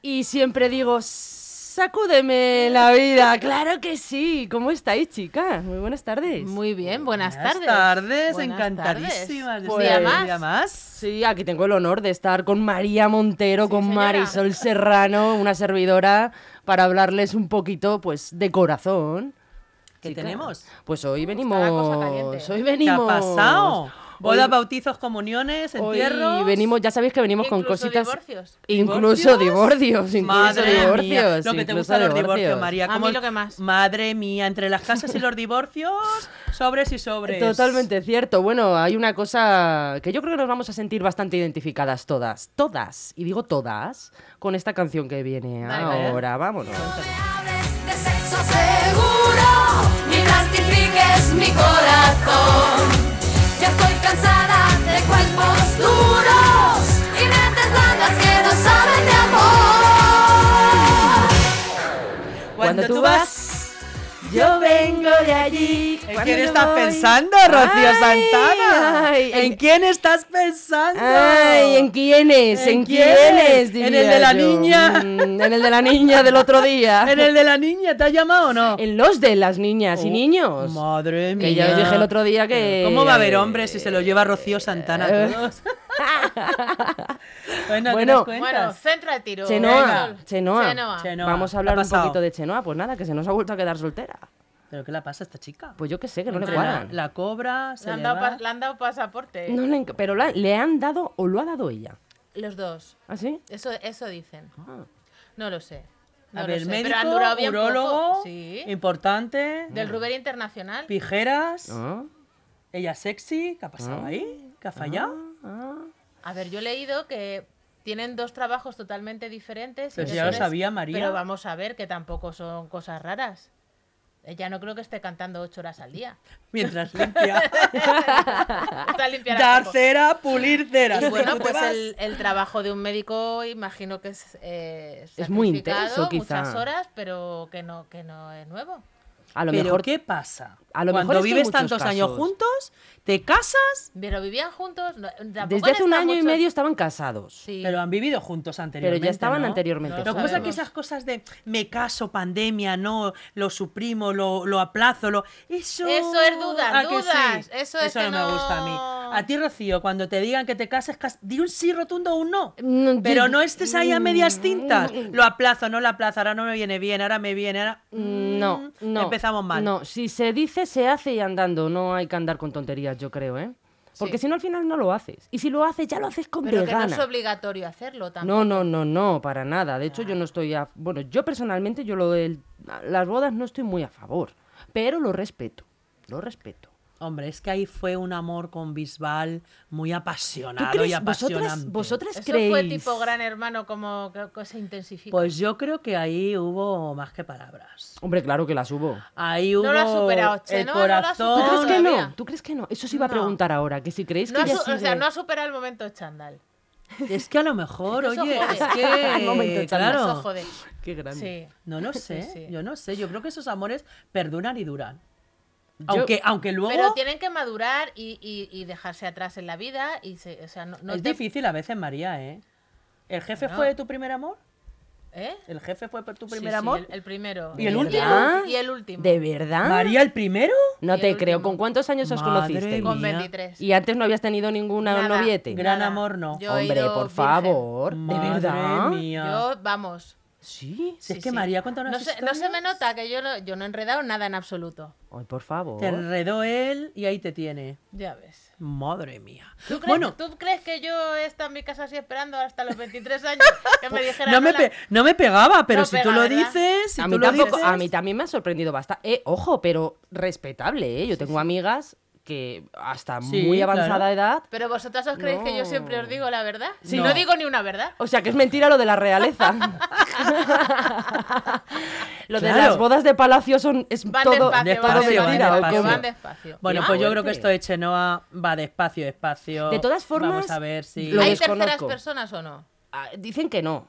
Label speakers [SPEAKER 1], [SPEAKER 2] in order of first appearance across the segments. [SPEAKER 1] Y siempre digo, sacúdeme la vida. Claro que sí. ¿Cómo estáis, chicas? Muy buenas tardes.
[SPEAKER 2] Muy bien, buenas, tardes.
[SPEAKER 3] tardes,
[SPEAKER 2] Buenas
[SPEAKER 3] encantadísimas de
[SPEAKER 2] tardes. Pues, Un
[SPEAKER 3] estar
[SPEAKER 2] día
[SPEAKER 3] un
[SPEAKER 2] más.
[SPEAKER 3] día más.
[SPEAKER 1] Sí, aquí tengo el honor de estar con María Montero,
[SPEAKER 2] Sí,
[SPEAKER 1] con
[SPEAKER 2] señora.
[SPEAKER 1] Marisol Serrano, una servidora, para hablarles un poquito, pues, de corazón.
[SPEAKER 3] ¿Qué
[SPEAKER 1] Chicas,
[SPEAKER 3] tenemos?
[SPEAKER 1] Pues hoy
[SPEAKER 2] la cosa caliente.
[SPEAKER 1] venimos, hoy
[SPEAKER 3] ¿Qué ¿eh? ha
[SPEAKER 1] venimos.
[SPEAKER 3] pasado? Bodas,
[SPEAKER 1] Hoy-
[SPEAKER 3] bautizos, comuniones,
[SPEAKER 1] Hoy
[SPEAKER 3] entierros.
[SPEAKER 1] venimos, ya sabéis que venimos con
[SPEAKER 2] Incluso
[SPEAKER 1] cositas.
[SPEAKER 2] divorcios.
[SPEAKER 1] Incluso divorcios, incluso
[SPEAKER 3] Madre
[SPEAKER 1] divorcios.
[SPEAKER 3] mía, lo que te
[SPEAKER 1] incluso
[SPEAKER 3] gustan los divorcios, María.
[SPEAKER 2] A
[SPEAKER 3] como-
[SPEAKER 2] mí lo que más.
[SPEAKER 3] Madre mía, entre las casas y los divorcios, sobres y sobres.
[SPEAKER 1] Totalmente cierto. Bueno, hay una cosa que yo creo que nos vamos a sentir bastante identificadas todas, todas, y digo todas, con esta canción que viene
[SPEAKER 2] Dale,
[SPEAKER 3] dale.
[SPEAKER 1] ahora. Vámonos.
[SPEAKER 4] hables de sexo seguro, ni plastifiques mi corazón. Ya estoy cansada de cuerpos duros y mentes blandas que no saben de amor.
[SPEAKER 3] Cuando tú vas.
[SPEAKER 1] yo vengo de allí.
[SPEAKER 3] ¿En
[SPEAKER 1] Cuando
[SPEAKER 3] quién
[SPEAKER 1] yo
[SPEAKER 3] estás
[SPEAKER 1] voy-
[SPEAKER 3] pensando, Rocío
[SPEAKER 1] Ay,
[SPEAKER 3] Santana?
[SPEAKER 1] ay,
[SPEAKER 3] ¿En, quién estás pensando?
[SPEAKER 1] Ay, ¿en quiénes? ¿En,
[SPEAKER 3] ¿En
[SPEAKER 1] quiénes?
[SPEAKER 3] quiénes? ¿En el de la
[SPEAKER 1] diría
[SPEAKER 3] niña?
[SPEAKER 1] Mm, en el de la niña del otro día.
[SPEAKER 3] ¿En el de la niña? ¿Te ha llamado o no?
[SPEAKER 1] En los de las niñas y
[SPEAKER 3] Oh,
[SPEAKER 1] niños.
[SPEAKER 3] Madre mía.
[SPEAKER 1] Que ya os dije el otro día que. Eh.
[SPEAKER 3] ¿Cómo va a haber hombres si se lo lleva Rocío Santana a todos? bueno, ¿qué
[SPEAKER 1] Bueno.
[SPEAKER 3] nos
[SPEAKER 2] Bueno,
[SPEAKER 3] cuentas?
[SPEAKER 2] centra el tiro.
[SPEAKER 1] Chenoa,
[SPEAKER 2] Sol.
[SPEAKER 1] Chenoa.
[SPEAKER 2] Chenoa.
[SPEAKER 3] Chenoa.
[SPEAKER 1] Vamos a
[SPEAKER 3] ¿qué
[SPEAKER 1] hablar
[SPEAKER 3] ha
[SPEAKER 1] un
[SPEAKER 3] pasado?
[SPEAKER 1] poquito de Chenoa. Pues nada, que se nos ha vuelto a quedar soltera.
[SPEAKER 3] ¿Pero qué le pasa a esta chica?
[SPEAKER 1] Pues yo qué sé, que no le
[SPEAKER 3] Entre la,
[SPEAKER 1] cuadran.
[SPEAKER 3] la cobra, se
[SPEAKER 2] Le han,
[SPEAKER 3] le
[SPEAKER 2] dado
[SPEAKER 3] va.
[SPEAKER 2] pas- le han dado pasaporte.
[SPEAKER 1] No le enc- pero la- le han dado o lo ha dado ella.
[SPEAKER 2] Los dos.
[SPEAKER 1] ¿Ah, sí?
[SPEAKER 2] Eso, eso dicen. No lo sé. No
[SPEAKER 3] Ah. A
[SPEAKER 2] lo
[SPEAKER 3] ver,
[SPEAKER 2] sé,
[SPEAKER 3] médico, em-
[SPEAKER 2] pero han durado bien poco.
[SPEAKER 3] urólogo,
[SPEAKER 2] Sí.
[SPEAKER 3] importante,
[SPEAKER 2] Del Ruber Internacional.
[SPEAKER 3] pijeras,
[SPEAKER 1] Ah,
[SPEAKER 3] ella sexy, ¿qué ha pasado ahí? ¿Qué ha fallado?
[SPEAKER 1] ah.
[SPEAKER 2] A ver, yo he leído que tienen dos trabajos totalmente diferentes. y
[SPEAKER 3] Pero si
[SPEAKER 2] eso
[SPEAKER 3] Pues ya lo
[SPEAKER 2] es-
[SPEAKER 3] sabía, María.
[SPEAKER 2] Pero vamos a ver que tampoco son cosas raras. Ella no creo que esté cantando ocho horas al día.
[SPEAKER 3] Mientras limpia. Ah,
[SPEAKER 2] Está limpiar a
[SPEAKER 3] Dar
[SPEAKER 2] poco.
[SPEAKER 3] cera, pulir cera.
[SPEAKER 2] Y bueno,
[SPEAKER 3] Tú te
[SPEAKER 2] pues
[SPEAKER 3] vas.
[SPEAKER 2] el, el trabajo de un médico imagino que es eh,
[SPEAKER 1] Es muy
[SPEAKER 2] sacrificado,
[SPEAKER 1] intenso, quizá.
[SPEAKER 2] muchas horas, pero que no que no es nuevo.
[SPEAKER 1] A lo
[SPEAKER 3] Pero
[SPEAKER 1] mejor.
[SPEAKER 3] ¿qué pasa?
[SPEAKER 1] a lo
[SPEAKER 3] Cuando
[SPEAKER 1] mejor es que hay
[SPEAKER 3] vives
[SPEAKER 1] muchos
[SPEAKER 3] tantos años
[SPEAKER 1] casos.
[SPEAKER 3] juntos, te casas,
[SPEAKER 2] Pero vivían juntos. no- tampoco
[SPEAKER 1] Desde hace un
[SPEAKER 2] está
[SPEAKER 1] año y
[SPEAKER 2] mucho-
[SPEAKER 1] medio estaban casados.
[SPEAKER 2] Sí.
[SPEAKER 3] pero han vivido juntos
[SPEAKER 1] Pero
[SPEAKER 3] anteriormente.
[SPEAKER 1] ya estaban
[SPEAKER 3] ¿no?
[SPEAKER 1] anteriormente.
[SPEAKER 2] No,
[SPEAKER 3] Lo que pasa es que
[SPEAKER 2] Sabemos.
[SPEAKER 3] esas cosas de me caso, pandemia, no, lo suprimo, lo, lo aplazo, lo. Eso,
[SPEAKER 2] Eso es dudas,
[SPEAKER 3] ¿A que
[SPEAKER 2] dudas? Eso es que
[SPEAKER 3] no, me gusta a
[SPEAKER 2] no-
[SPEAKER 3] mí. A ti, Rocío, cuando te digan que te cases, cas- di un sí rotundo o un no.
[SPEAKER 1] No,
[SPEAKER 3] Pero
[SPEAKER 1] Mm, yo- Mm.
[SPEAKER 3] no estés ahí a medias tintas. Lo aplazo, no lo aplazo, ahora no me viene bien, ahora me viene, ahora.
[SPEAKER 1] No,
[SPEAKER 3] Mm,
[SPEAKER 1] no.
[SPEAKER 3] Empezamos mal.
[SPEAKER 1] No, si se dice, se hace y andando. No hay que andar con tonterías, yo creo, ¿eh? Porque
[SPEAKER 2] Sí.
[SPEAKER 1] si no, al final no lo haces. Y si lo haces, ya lo haces con
[SPEAKER 2] Pero que no
[SPEAKER 1] vegana.
[SPEAKER 2] es obligatorio hacerlo tampoco.
[SPEAKER 1] No, no, no, no, para nada. De hecho, yo no estoy a... Bueno, yo personalmente, yo lo del... Las bodas no estoy muy a favor, pero lo respeto, lo respeto.
[SPEAKER 3] Hombre, es que ahí fue un amor con Bisbal muy
[SPEAKER 1] ¿Tú
[SPEAKER 3] apasionado y
[SPEAKER 1] crees,
[SPEAKER 3] apasionante.
[SPEAKER 1] vosotras, vosotras
[SPEAKER 2] Eso
[SPEAKER 1] creéis...
[SPEAKER 2] fue tipo gran hermano como que, que se intensifica.
[SPEAKER 3] Pues yo creo que ahí hubo más que palabras.
[SPEAKER 1] Hombre, claro que las hubo.
[SPEAKER 3] Ahí hubo
[SPEAKER 2] No lo ha superado, Che,
[SPEAKER 3] el
[SPEAKER 2] no, no lo ha
[SPEAKER 3] corazón.
[SPEAKER 1] ¿Tú
[SPEAKER 2] No,
[SPEAKER 1] crees que
[SPEAKER 2] todavía.
[SPEAKER 1] no? ¿Tú crees que no? Eso se iba a
[SPEAKER 2] No.
[SPEAKER 1] preguntar ahora, que si creéis
[SPEAKER 2] no
[SPEAKER 1] que
[SPEAKER 2] ha
[SPEAKER 1] ya
[SPEAKER 2] su- o
[SPEAKER 1] sigue-
[SPEAKER 2] sea, no ha superado el momento chándal.
[SPEAKER 3] Es que a lo mejor,
[SPEAKER 2] Eso
[SPEAKER 3] oye,
[SPEAKER 2] jode.
[SPEAKER 3] es que
[SPEAKER 1] Un momento, Chandler.
[SPEAKER 3] claro,
[SPEAKER 2] Eso jode.
[SPEAKER 1] Qué grande.
[SPEAKER 2] Sí.
[SPEAKER 3] no lo sé,
[SPEAKER 2] Sí, sí.
[SPEAKER 3] yo no sé, yo creo que esos amores perduran y duran.
[SPEAKER 1] Yo-
[SPEAKER 3] Aunque, aunque luego
[SPEAKER 2] Pero tienen que madurar y, y- y dejarse atrás en la vida. Y se- o sea, no, no
[SPEAKER 3] es
[SPEAKER 2] te-
[SPEAKER 3] difícil a veces, María, ¿eh? ¿El jefe
[SPEAKER 2] Bueno.
[SPEAKER 3] fue tu primer amor?
[SPEAKER 2] ¿Eh?
[SPEAKER 3] ¿El jefe fue tu
[SPEAKER 2] Sí,
[SPEAKER 3] primer
[SPEAKER 2] sí,
[SPEAKER 3] amor?
[SPEAKER 2] el, el primero.
[SPEAKER 3] ¿Y el
[SPEAKER 1] ¿Verdad?
[SPEAKER 2] Y el último.
[SPEAKER 1] ¿De verdad?
[SPEAKER 3] ¿María el primero?
[SPEAKER 1] No
[SPEAKER 2] Y
[SPEAKER 1] te
[SPEAKER 2] el
[SPEAKER 1] creo.
[SPEAKER 2] último.
[SPEAKER 1] ¿Con cuántos años os
[SPEAKER 3] Madre
[SPEAKER 1] conocisteis?
[SPEAKER 3] mía.
[SPEAKER 2] Con 23.
[SPEAKER 1] Y antes no habías tenido ninguna
[SPEAKER 2] Nada.
[SPEAKER 1] noviete.
[SPEAKER 3] Gran amor, no.
[SPEAKER 2] Yo he
[SPEAKER 1] Hombre,
[SPEAKER 2] ido
[SPEAKER 1] por
[SPEAKER 2] virgen.
[SPEAKER 1] favor. ¿De
[SPEAKER 3] Madre
[SPEAKER 1] verdad?
[SPEAKER 3] mía.
[SPEAKER 2] Yo, vamos.
[SPEAKER 1] Sí.
[SPEAKER 3] Si es
[SPEAKER 2] sí,
[SPEAKER 3] que
[SPEAKER 2] sí.
[SPEAKER 3] María cuenta unas
[SPEAKER 2] No se, no se me
[SPEAKER 3] historias.
[SPEAKER 2] nota que yo no, yo no he enredado nada en absoluto.
[SPEAKER 1] Ay, por favor.
[SPEAKER 3] Te enredó él y ahí te tiene.
[SPEAKER 2] Ya ves.
[SPEAKER 3] Madre mía.
[SPEAKER 2] ¿Tú crees,
[SPEAKER 3] Bueno,
[SPEAKER 2] ¿Tú crees que yo he estado en mi casa así esperando hasta los 23 años que me dijeran
[SPEAKER 3] no me,
[SPEAKER 2] "Hola"?
[SPEAKER 3] pe- no me pegaba, pero
[SPEAKER 2] No
[SPEAKER 3] si
[SPEAKER 2] pega,
[SPEAKER 3] tú lo
[SPEAKER 2] ¿verdad?
[SPEAKER 3] dices, si
[SPEAKER 1] a,
[SPEAKER 3] tú
[SPEAKER 1] mí
[SPEAKER 3] lo
[SPEAKER 1] tampoco,
[SPEAKER 3] dices-
[SPEAKER 1] a mí también me ha sorprendido bastante. Eh, ojo, pero respetable, ¿eh? Yo tengo amigas que hasta
[SPEAKER 3] Sí,
[SPEAKER 1] muy
[SPEAKER 3] claro.
[SPEAKER 1] avanzada edad.
[SPEAKER 2] Pero vosotras os creéis que yo
[SPEAKER 1] No.
[SPEAKER 2] siempre os digo la verdad. Si
[SPEAKER 3] No.
[SPEAKER 2] no, digo ni una verdad.
[SPEAKER 1] O sea, que es mentira lo de la realeza. lo de
[SPEAKER 3] Claro.
[SPEAKER 1] las bodas de palacio son es
[SPEAKER 2] Van
[SPEAKER 1] todo,
[SPEAKER 2] despacio,
[SPEAKER 1] todo
[SPEAKER 3] van despacio,
[SPEAKER 1] mentira.
[SPEAKER 3] van
[SPEAKER 1] ¿o
[SPEAKER 3] despacio.
[SPEAKER 1] cómo?
[SPEAKER 2] Van despacio.
[SPEAKER 3] Bueno,
[SPEAKER 1] Qué
[SPEAKER 3] pues yo creo que
[SPEAKER 1] fuerte.
[SPEAKER 3] esto de Chenoa va despacio, despacio.
[SPEAKER 1] De todas formas,
[SPEAKER 3] Vamos a ver si.
[SPEAKER 1] lo
[SPEAKER 2] ¿Hay terceras
[SPEAKER 1] desconozco.
[SPEAKER 2] personas o no?
[SPEAKER 1] Ah, Dicen que no.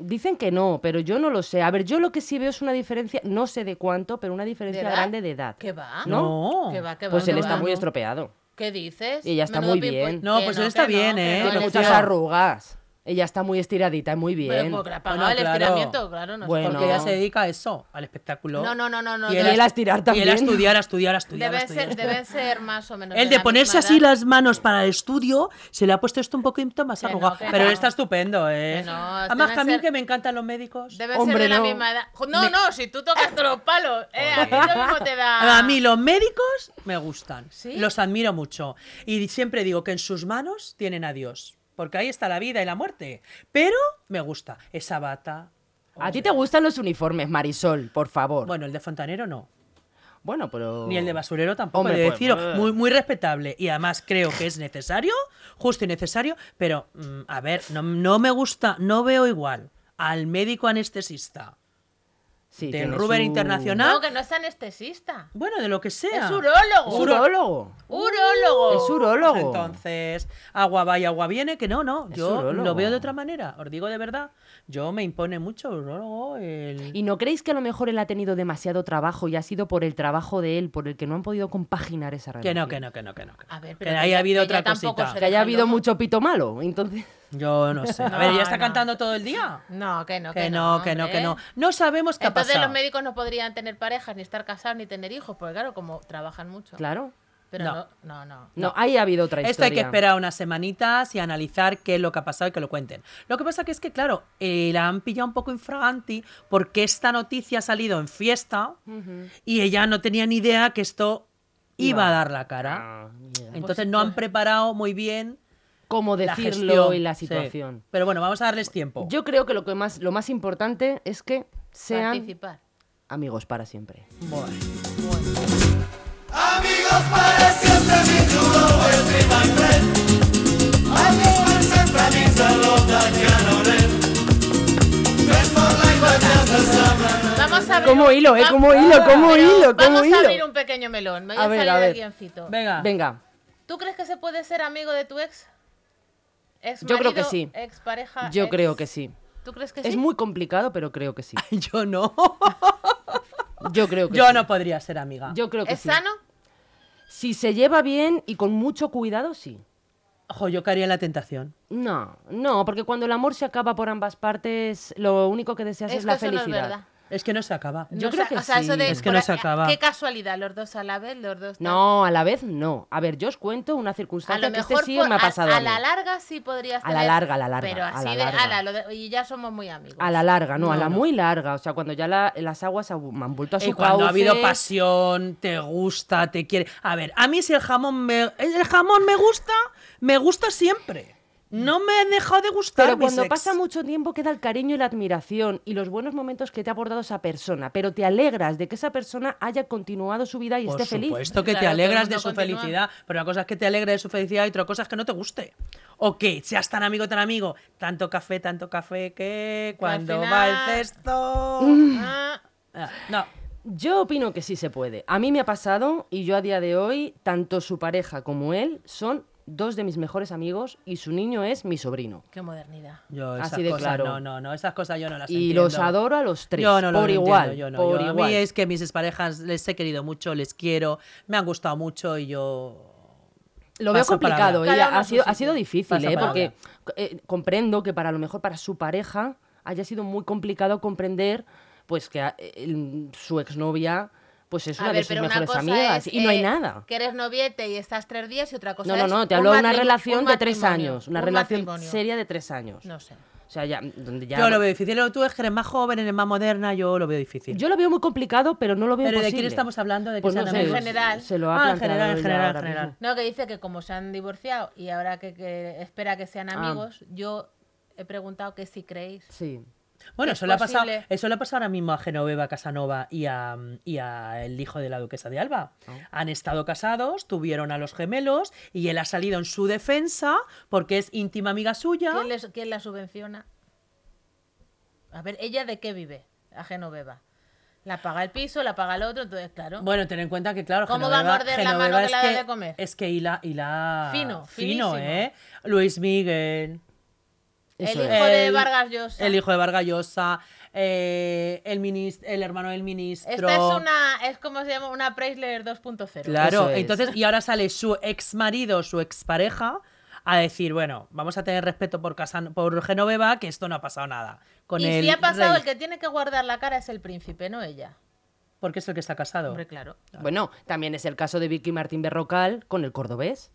[SPEAKER 1] Dicen que no, pero yo no lo sé. A ver, yo lo que sí veo es una diferencia, no sé de cuánto, pero una diferencia
[SPEAKER 2] edad?
[SPEAKER 1] grande de edad.
[SPEAKER 2] ¿Qué va?
[SPEAKER 3] No.
[SPEAKER 2] ¿Qué va? ¿Qué va?
[SPEAKER 1] Pues
[SPEAKER 2] ¿Qué
[SPEAKER 1] él
[SPEAKER 2] va?
[SPEAKER 1] está muy estropeado.
[SPEAKER 2] ¿Qué dices?
[SPEAKER 1] Y ella está
[SPEAKER 2] Menudo
[SPEAKER 1] muy
[SPEAKER 2] pimpo-
[SPEAKER 1] bien.
[SPEAKER 3] No,
[SPEAKER 2] Que
[SPEAKER 3] pues él está
[SPEAKER 2] que
[SPEAKER 3] bien,
[SPEAKER 2] que
[SPEAKER 3] ¿eh? Tiene
[SPEAKER 2] no, él
[SPEAKER 1] Tiene
[SPEAKER 2] está-
[SPEAKER 1] muchas
[SPEAKER 3] Leo.
[SPEAKER 1] arrugas. Ella está muy estiradita, muy bien.
[SPEAKER 2] Bueno, porque la
[SPEAKER 3] Bueno,
[SPEAKER 2] pagaba el
[SPEAKER 3] claro.
[SPEAKER 2] estiramiento, claro. No sé.
[SPEAKER 1] Bueno.
[SPEAKER 2] por
[SPEAKER 1] no.
[SPEAKER 3] Porque ella se dedica a eso, al espectáculo.
[SPEAKER 2] No, no, no, no, no,
[SPEAKER 1] Y él a estirar
[SPEAKER 3] Y él a
[SPEAKER 1] también.
[SPEAKER 3] estudiar, a estudiar, a
[SPEAKER 2] qué.
[SPEAKER 3] estudiar. a
[SPEAKER 2] Debe
[SPEAKER 3] estudiar, a
[SPEAKER 2] ser,
[SPEAKER 3] estudiar.
[SPEAKER 2] debe ser más o menos.
[SPEAKER 3] El de
[SPEAKER 2] la
[SPEAKER 3] ponerse
[SPEAKER 2] misma
[SPEAKER 3] así
[SPEAKER 2] edad.
[SPEAKER 3] las manos para el estudio, se le ha puesto esto un poquito más
[SPEAKER 2] Que no,
[SPEAKER 3] arrugado.
[SPEAKER 2] que
[SPEAKER 3] pero
[SPEAKER 2] no.
[SPEAKER 3] él está estupendo, ¿eh?
[SPEAKER 2] Que no,
[SPEAKER 3] Además,
[SPEAKER 2] deben
[SPEAKER 3] que a mí
[SPEAKER 2] ser-
[SPEAKER 3] que me encantan los médicos.
[SPEAKER 2] Debe
[SPEAKER 1] Hombre,
[SPEAKER 2] ser de la
[SPEAKER 1] no.
[SPEAKER 2] misma edad. Jo- No, no, si tú tocas todos los palos. Eh, a ti lo mismo te da.
[SPEAKER 3] A mí los médicos me gustan.
[SPEAKER 2] Ah. ¿Sí?
[SPEAKER 3] Los admiro mucho. Y siempre digo que en sus manos tienen a Dios. Porque ahí está la vida y la muerte. Pero me gusta esa bata.
[SPEAKER 1] A ti te gustan los uniformes, Marisol, por favor. Bueno,
[SPEAKER 3] Bueno, el de fontanero no.
[SPEAKER 1] pero.
[SPEAKER 3] Ni el de basurero tampoco,
[SPEAKER 1] Hombre,
[SPEAKER 3] he de
[SPEAKER 1] pues,
[SPEAKER 3] deciros.
[SPEAKER 1] eh.
[SPEAKER 3] muy, muy respetable. Y además creo que es necesario, justo y necesario, pero mm, a ver, no, no me gusta, no veo igual al médico anestesista
[SPEAKER 1] Sí,
[SPEAKER 3] del
[SPEAKER 1] tiene
[SPEAKER 3] Ruber
[SPEAKER 1] su-
[SPEAKER 3] Internacional.
[SPEAKER 2] No, que no es anestesista.
[SPEAKER 3] Bueno, de lo que sea.
[SPEAKER 2] Es urólogo.
[SPEAKER 1] Es urólogo.
[SPEAKER 2] Urólogo.
[SPEAKER 1] Es urólogo.
[SPEAKER 3] Oh, pues Entonces, agua va y agua viene, que no, no,
[SPEAKER 1] Es
[SPEAKER 3] yo
[SPEAKER 1] urólogo.
[SPEAKER 3] lo veo de otra manera, os digo de verdad, yo me impone mucho urólogo el...
[SPEAKER 1] ¿Y no creéis que a lo mejor él ha tenido demasiado trabajo y ha sido por el trabajo de él por el que no han podido compaginar esa
[SPEAKER 3] Que
[SPEAKER 1] relación?
[SPEAKER 3] no, que no, que no, que no. que no.
[SPEAKER 2] A ver,
[SPEAKER 3] Que
[SPEAKER 2] pero
[SPEAKER 3] ahí
[SPEAKER 2] ella-
[SPEAKER 3] ha habido
[SPEAKER 2] ella
[SPEAKER 3] otra
[SPEAKER 2] tampoco
[SPEAKER 3] cosita.
[SPEAKER 2] se
[SPEAKER 1] Que haya
[SPEAKER 2] Alejandro.
[SPEAKER 1] habido mucho pito malo. Entonces.
[SPEAKER 3] Yo no sé. A ver,
[SPEAKER 2] No,
[SPEAKER 3] ¿ya está
[SPEAKER 2] no.
[SPEAKER 3] cantando todo el día?
[SPEAKER 2] No, que no, que,
[SPEAKER 3] Que no, que no,
[SPEAKER 2] hombre.
[SPEAKER 3] que no. No sabemos qué ha
[SPEAKER 2] Entonces
[SPEAKER 3] pasado.
[SPEAKER 2] los médicos no podrían tener parejas, ni estar casados, ni tener hijos, porque claro, como trabajan mucho.
[SPEAKER 1] Claro.
[SPEAKER 2] Pero
[SPEAKER 3] No.
[SPEAKER 2] no, no, no.
[SPEAKER 1] No, ahí ha habido otra historia.
[SPEAKER 3] Esto hay que esperar unas semanitas y analizar qué es lo que ha pasado y que lo cuenten. Lo que pasa que es que, claro, eh, la han pillado un poco infraganti porque esta noticia ha salido en fiesta y ella no tenía ni idea que esto iba a dar la cara.
[SPEAKER 1] Ah, mira.
[SPEAKER 3] Entonces no han preparado muy bien
[SPEAKER 1] Cómo
[SPEAKER 3] la
[SPEAKER 1] decirlo
[SPEAKER 3] gestión.
[SPEAKER 1] y la
[SPEAKER 3] Sí.
[SPEAKER 1] situación.
[SPEAKER 3] Pero bueno, vamos a darles tiempo.
[SPEAKER 1] Yo creo que lo, que más, lo más importante es que sean
[SPEAKER 2] Participar.
[SPEAKER 1] amigos para siempre.
[SPEAKER 3] Bueno.
[SPEAKER 5] Amigos para siempre, mi chulo, el prima y friend. Amigos para siempre, mi chulo, Tatiana Oren. Friends for life, but just the summer.
[SPEAKER 2] Vamos a abrir
[SPEAKER 1] Como
[SPEAKER 2] un-
[SPEAKER 1] hilo, eh,
[SPEAKER 2] va-
[SPEAKER 1] como hilo, como
[SPEAKER 2] Pero
[SPEAKER 1] hilo, como
[SPEAKER 2] Vamos a abrir
[SPEAKER 1] hilo.
[SPEAKER 2] un pequeño melón. Me voy
[SPEAKER 1] A
[SPEAKER 2] a,
[SPEAKER 1] ver,
[SPEAKER 2] salir
[SPEAKER 1] a ver.
[SPEAKER 2] del guioncito.
[SPEAKER 3] Venga.
[SPEAKER 1] Venga,
[SPEAKER 2] ¿Tú crees que se puede ser amigo de tu ex? Ex
[SPEAKER 1] Yo creo que
[SPEAKER 2] marido,
[SPEAKER 1] sí.
[SPEAKER 2] Ex pareja.
[SPEAKER 1] yo
[SPEAKER 2] ex-
[SPEAKER 1] creo que sí.
[SPEAKER 2] ¿Tú crees Ah, que sí?
[SPEAKER 1] Es muy complicado, pero creo que sí.
[SPEAKER 3] Yo no.
[SPEAKER 1] Yo creo que
[SPEAKER 3] Yo
[SPEAKER 1] sí.
[SPEAKER 3] no podría ser amiga.
[SPEAKER 1] Yo creo que
[SPEAKER 2] ¿Es
[SPEAKER 1] sí.
[SPEAKER 2] sano?
[SPEAKER 1] Si se lleva bien y con mucho cuidado, sí.
[SPEAKER 3] Ojo, yo caería en la tentación.
[SPEAKER 1] No, no, porque cuando el amor se acaba por ambas partes, lo único que deseas es,
[SPEAKER 2] que
[SPEAKER 1] la
[SPEAKER 2] eso no es
[SPEAKER 1] felicidad.
[SPEAKER 2] verdad.
[SPEAKER 3] Es que no se acaba.
[SPEAKER 1] Yo creo
[SPEAKER 2] No, o sea,
[SPEAKER 1] que
[SPEAKER 2] o sea, eso
[SPEAKER 1] sí.
[SPEAKER 2] de-
[SPEAKER 3] Es que
[SPEAKER 2] por
[SPEAKER 3] no
[SPEAKER 2] a-
[SPEAKER 3] se acaba.
[SPEAKER 2] Qué casualidad, los dos a la vez, los dos. tal.
[SPEAKER 1] No, a la vez no. A ver, yo os cuento una
[SPEAKER 2] A
[SPEAKER 1] circunstancia
[SPEAKER 2] lo
[SPEAKER 1] que
[SPEAKER 2] mejor
[SPEAKER 1] este sí
[SPEAKER 2] por-
[SPEAKER 1] me ha
[SPEAKER 2] a-
[SPEAKER 1] pasado.
[SPEAKER 2] a,
[SPEAKER 1] mí.
[SPEAKER 2] la larga sí podrías
[SPEAKER 1] A la
[SPEAKER 2] tener-
[SPEAKER 1] larga, a la larga,
[SPEAKER 2] Pero
[SPEAKER 1] a la
[SPEAKER 2] así de
[SPEAKER 1] larga.
[SPEAKER 2] ala, lo de- y ya somos muy amigos.
[SPEAKER 1] A la larga, no, a la muy larga. O sea, cuando ya la- las aguas abu- han vuelto a su
[SPEAKER 3] Y Eh, cuando ha habido
[SPEAKER 1] cauce,
[SPEAKER 3] pasión, te gusta, te quiere. A ver, a mí si el jamón me, el jamón me gusta, me gusta siempre. No me han dejado de gustar.
[SPEAKER 1] Pero
[SPEAKER 3] mis
[SPEAKER 1] cuando
[SPEAKER 3] ex.
[SPEAKER 1] pasa mucho tiempo queda el cariño y la admiración y los buenos momentos que te ha aportado esa persona. Pero te alegras de que esa persona haya continuado su vida y
[SPEAKER 3] Por
[SPEAKER 1] esté feliz.
[SPEAKER 3] supuesto que
[SPEAKER 2] Claro,
[SPEAKER 3] te
[SPEAKER 2] todo el
[SPEAKER 3] alegras
[SPEAKER 2] mundo
[SPEAKER 3] de su
[SPEAKER 2] continúa.
[SPEAKER 3] felicidad, pero una cosa es que te alegres de su felicidad y otra cosa es que no te guste. O que seas tan amigo, tan amigo, tanto café, tanto café que cuando
[SPEAKER 2] final-
[SPEAKER 3] va el cesto.
[SPEAKER 2] Ah,
[SPEAKER 3] Ah, No,
[SPEAKER 1] Yo opino que sí se puede. A mí me ha pasado y yo a día de hoy, tanto su pareja como él son dos de mis mejores amigos y su niño es mi sobrino.
[SPEAKER 2] qué modernidad.
[SPEAKER 3] yo esas
[SPEAKER 1] Así de
[SPEAKER 3] cosas
[SPEAKER 1] claro.
[SPEAKER 3] no, no, no, esas cosas yo no las
[SPEAKER 1] Y
[SPEAKER 3] entiendo.
[SPEAKER 1] los adoro a los tres.
[SPEAKER 3] Yo no lo
[SPEAKER 1] por
[SPEAKER 3] entiendo,
[SPEAKER 1] igual.
[SPEAKER 3] yo no.
[SPEAKER 1] por
[SPEAKER 3] Yo A
[SPEAKER 1] igual.
[SPEAKER 3] mí es que mis parejas les he querido mucho, les quiero, me han gustado mucho y yo.
[SPEAKER 1] Lo veo
[SPEAKER 3] Paso
[SPEAKER 1] complicado,
[SPEAKER 3] palabra.
[SPEAKER 1] ella-
[SPEAKER 2] Cada uno
[SPEAKER 1] ha,
[SPEAKER 2] a su
[SPEAKER 1] sido, ha
[SPEAKER 2] sitio.
[SPEAKER 1] sido difícil,
[SPEAKER 3] Paso
[SPEAKER 1] ¿eh?
[SPEAKER 3] palabra.
[SPEAKER 1] porque eh, comprendo que para lo mejor para su pareja haya sido muy complicado comprender pues que a- el- su exnovia pues es una de sus mejores amigas y no hay
[SPEAKER 2] eh,
[SPEAKER 1] nada.
[SPEAKER 2] Que eres noviete y estás tres días y otra cosa
[SPEAKER 1] No, no,
[SPEAKER 2] es
[SPEAKER 1] no, te
[SPEAKER 2] un
[SPEAKER 1] hablo de una
[SPEAKER 2] matrim-
[SPEAKER 1] relación
[SPEAKER 2] un
[SPEAKER 1] de tres
[SPEAKER 2] matrimonio,
[SPEAKER 1] años, una
[SPEAKER 2] un
[SPEAKER 1] relación
[SPEAKER 2] matrimonio.
[SPEAKER 1] seria de tres años.
[SPEAKER 2] No sé.
[SPEAKER 1] O sea, ya, donde ya- pues
[SPEAKER 3] Yo lo veo difícil. Tú es que eres más joven, eres más moderna, yo lo veo difícil.
[SPEAKER 1] Yo lo veo muy complicado, pero no lo veo
[SPEAKER 3] Pero ¿de quién
[SPEAKER 1] imposible.
[SPEAKER 3] estamos hablando? ¿De qué
[SPEAKER 1] Pues no
[SPEAKER 3] sean
[SPEAKER 1] sé,
[SPEAKER 2] amigos?
[SPEAKER 1] se-
[SPEAKER 2] En general.
[SPEAKER 1] Se lo ha
[SPEAKER 3] Ah, en
[SPEAKER 1] planteado
[SPEAKER 3] general, en
[SPEAKER 1] ella
[SPEAKER 3] general,
[SPEAKER 1] ahora
[SPEAKER 3] en general.
[SPEAKER 1] mismo.
[SPEAKER 2] No, que dice que como se han divorciado y ahora que, que espera que sean
[SPEAKER 1] Ah.
[SPEAKER 2] amigos, yo he preguntado que si creéis.
[SPEAKER 1] Sí.
[SPEAKER 3] Bueno,
[SPEAKER 2] Es
[SPEAKER 3] eso le, ha pasado,
[SPEAKER 2] posible.
[SPEAKER 3] eso le ha pasado ahora mismo a Genoveva Casanova y a, mm, y a el hijo de la duquesa de Alba. Han estado casados, tuvieron a los gemelos y él ha salido en su defensa porque es íntima amiga suya.
[SPEAKER 2] ¿Quién, les- quién la subvenciona? A ver, ¿ella de qué vive? A Genoveva. La paga el piso, la paga el otro, entonces, claro.
[SPEAKER 3] Bueno, ten en cuenta que, claro,
[SPEAKER 2] ¿Cómo va a morder la mano que le ha dado de comer?
[SPEAKER 3] Es que hila, hila fino,
[SPEAKER 2] Fino, finísimo.
[SPEAKER 3] ¿eh? Luis Miguel,
[SPEAKER 1] Eso
[SPEAKER 2] el
[SPEAKER 1] es.
[SPEAKER 2] hijo de Vargas Llosa.
[SPEAKER 3] el hijo de Vargas Llosa, eh, el, minis- el hermano del ministro.
[SPEAKER 2] Esta es una, es como se llama, una Preisler 2.0.
[SPEAKER 1] Eso
[SPEAKER 3] Claro,
[SPEAKER 1] es.
[SPEAKER 3] entonces, y ahora sale su ex marido, su ex pareja, a decir, bueno, vamos a tener respeto por, Casan por Genoveva, que esto no ha pasado nada. Con
[SPEAKER 2] y
[SPEAKER 3] el
[SPEAKER 2] si ha pasado,
[SPEAKER 3] rey,
[SPEAKER 2] el que tiene que guardar la cara es el príncipe, no ella.
[SPEAKER 3] Porque es el que está casado.
[SPEAKER 2] Hombre, claro.
[SPEAKER 1] Bueno, también es el caso de Vicky Martín Berrocal con el cordobés.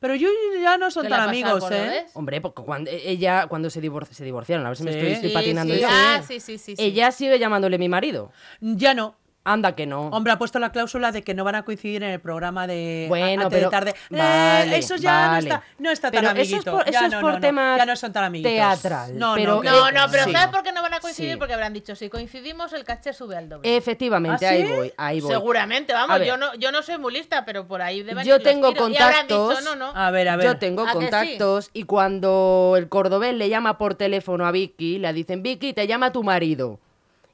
[SPEAKER 3] Pero yo ya no son
[SPEAKER 2] ¿Qué le ha
[SPEAKER 3] tan
[SPEAKER 2] pasado
[SPEAKER 3] amigos,
[SPEAKER 2] al
[SPEAKER 3] ¿eh?
[SPEAKER 2] cordobés?
[SPEAKER 1] Hombre, porque cuando eh, ella, cuando se, divor- se divorciaron, a ver si me
[SPEAKER 3] Sí.
[SPEAKER 1] estoy, estoy
[SPEAKER 2] Sí,
[SPEAKER 1] patinando
[SPEAKER 2] sí,
[SPEAKER 1] yo.
[SPEAKER 2] ah, sí, sí, sí, sí.
[SPEAKER 1] Ella sigue llamándole mi marido.
[SPEAKER 3] Ya no.
[SPEAKER 1] Anda que no.
[SPEAKER 3] Hombre, ha puesto la cláusula de que no van a coincidir en el programa de
[SPEAKER 1] Bueno,
[SPEAKER 3] antes de
[SPEAKER 1] pero-
[SPEAKER 3] tarde. Eh,
[SPEAKER 1] vale,
[SPEAKER 3] eso ya
[SPEAKER 1] vale.
[SPEAKER 3] no está, no está tan
[SPEAKER 1] Pero eso es
[SPEAKER 3] amiguito.
[SPEAKER 1] por-
[SPEAKER 3] ya
[SPEAKER 1] eso es
[SPEAKER 3] no,
[SPEAKER 1] por
[SPEAKER 3] no, no.
[SPEAKER 1] tema
[SPEAKER 3] Ya no son tan amiguitos.
[SPEAKER 1] teatral,
[SPEAKER 3] No,
[SPEAKER 1] pero- eh,
[SPEAKER 3] no, que-
[SPEAKER 2] No, no, pero
[SPEAKER 1] Sí.
[SPEAKER 2] ¿sabes por qué no van a coincidir?
[SPEAKER 1] Sí.
[SPEAKER 2] Porque habrán dicho, si coincidimos, el caché sube al doble.
[SPEAKER 1] Efectivamente,
[SPEAKER 3] ¿Ah,
[SPEAKER 1] ahí
[SPEAKER 3] sí?
[SPEAKER 1] voy, ahí voy.
[SPEAKER 2] Seguramente,
[SPEAKER 1] A
[SPEAKER 2] vamos,
[SPEAKER 1] ver.
[SPEAKER 2] yo no, yo no soy muy lista, pero por ahí deben
[SPEAKER 1] Yo
[SPEAKER 2] ir los
[SPEAKER 1] tengo
[SPEAKER 2] tiros. Y habrán dicho,
[SPEAKER 1] contactos. Ah,
[SPEAKER 2] no, no.
[SPEAKER 3] A ver, a ver.
[SPEAKER 1] Yo tengo
[SPEAKER 2] ¿A que sí?
[SPEAKER 1] contactos y cuando el cordobés le llama por teléfono a Vicky, le dicen, Vicky, te llama tu marido.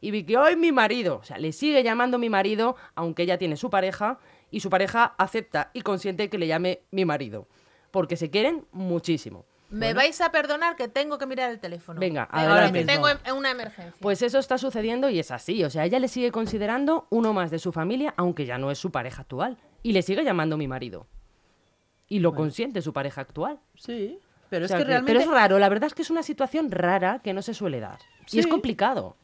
[SPEAKER 1] Y Vicky, hoy mi marido. O sea, le sigue llamando mi marido, aunque ella tiene su pareja, y su pareja acepta y consiente que le llame mi marido. Porque se quieren muchísimo.
[SPEAKER 2] Me vais a perdonar que tengo que mirar el teléfono.
[SPEAKER 1] Venga,
[SPEAKER 2] Tengo-
[SPEAKER 1] adelante.
[SPEAKER 2] que Tengo
[SPEAKER 3] Ahora
[SPEAKER 2] em- una emergencia.
[SPEAKER 1] Pues eso está sucediendo y es así. O sea, ella le sigue considerando uno más de su familia, aunque ya no es su pareja actual. Y le sigue llamando mi marido. Y lo consiente su pareja actual.
[SPEAKER 3] Sí, pero
[SPEAKER 1] O sea,
[SPEAKER 3] es que
[SPEAKER 1] que-
[SPEAKER 3] realmente.
[SPEAKER 1] pero es raro, la verdad es que es una situación rara que no se suele dar.
[SPEAKER 3] Sí.
[SPEAKER 1] Y es complicado.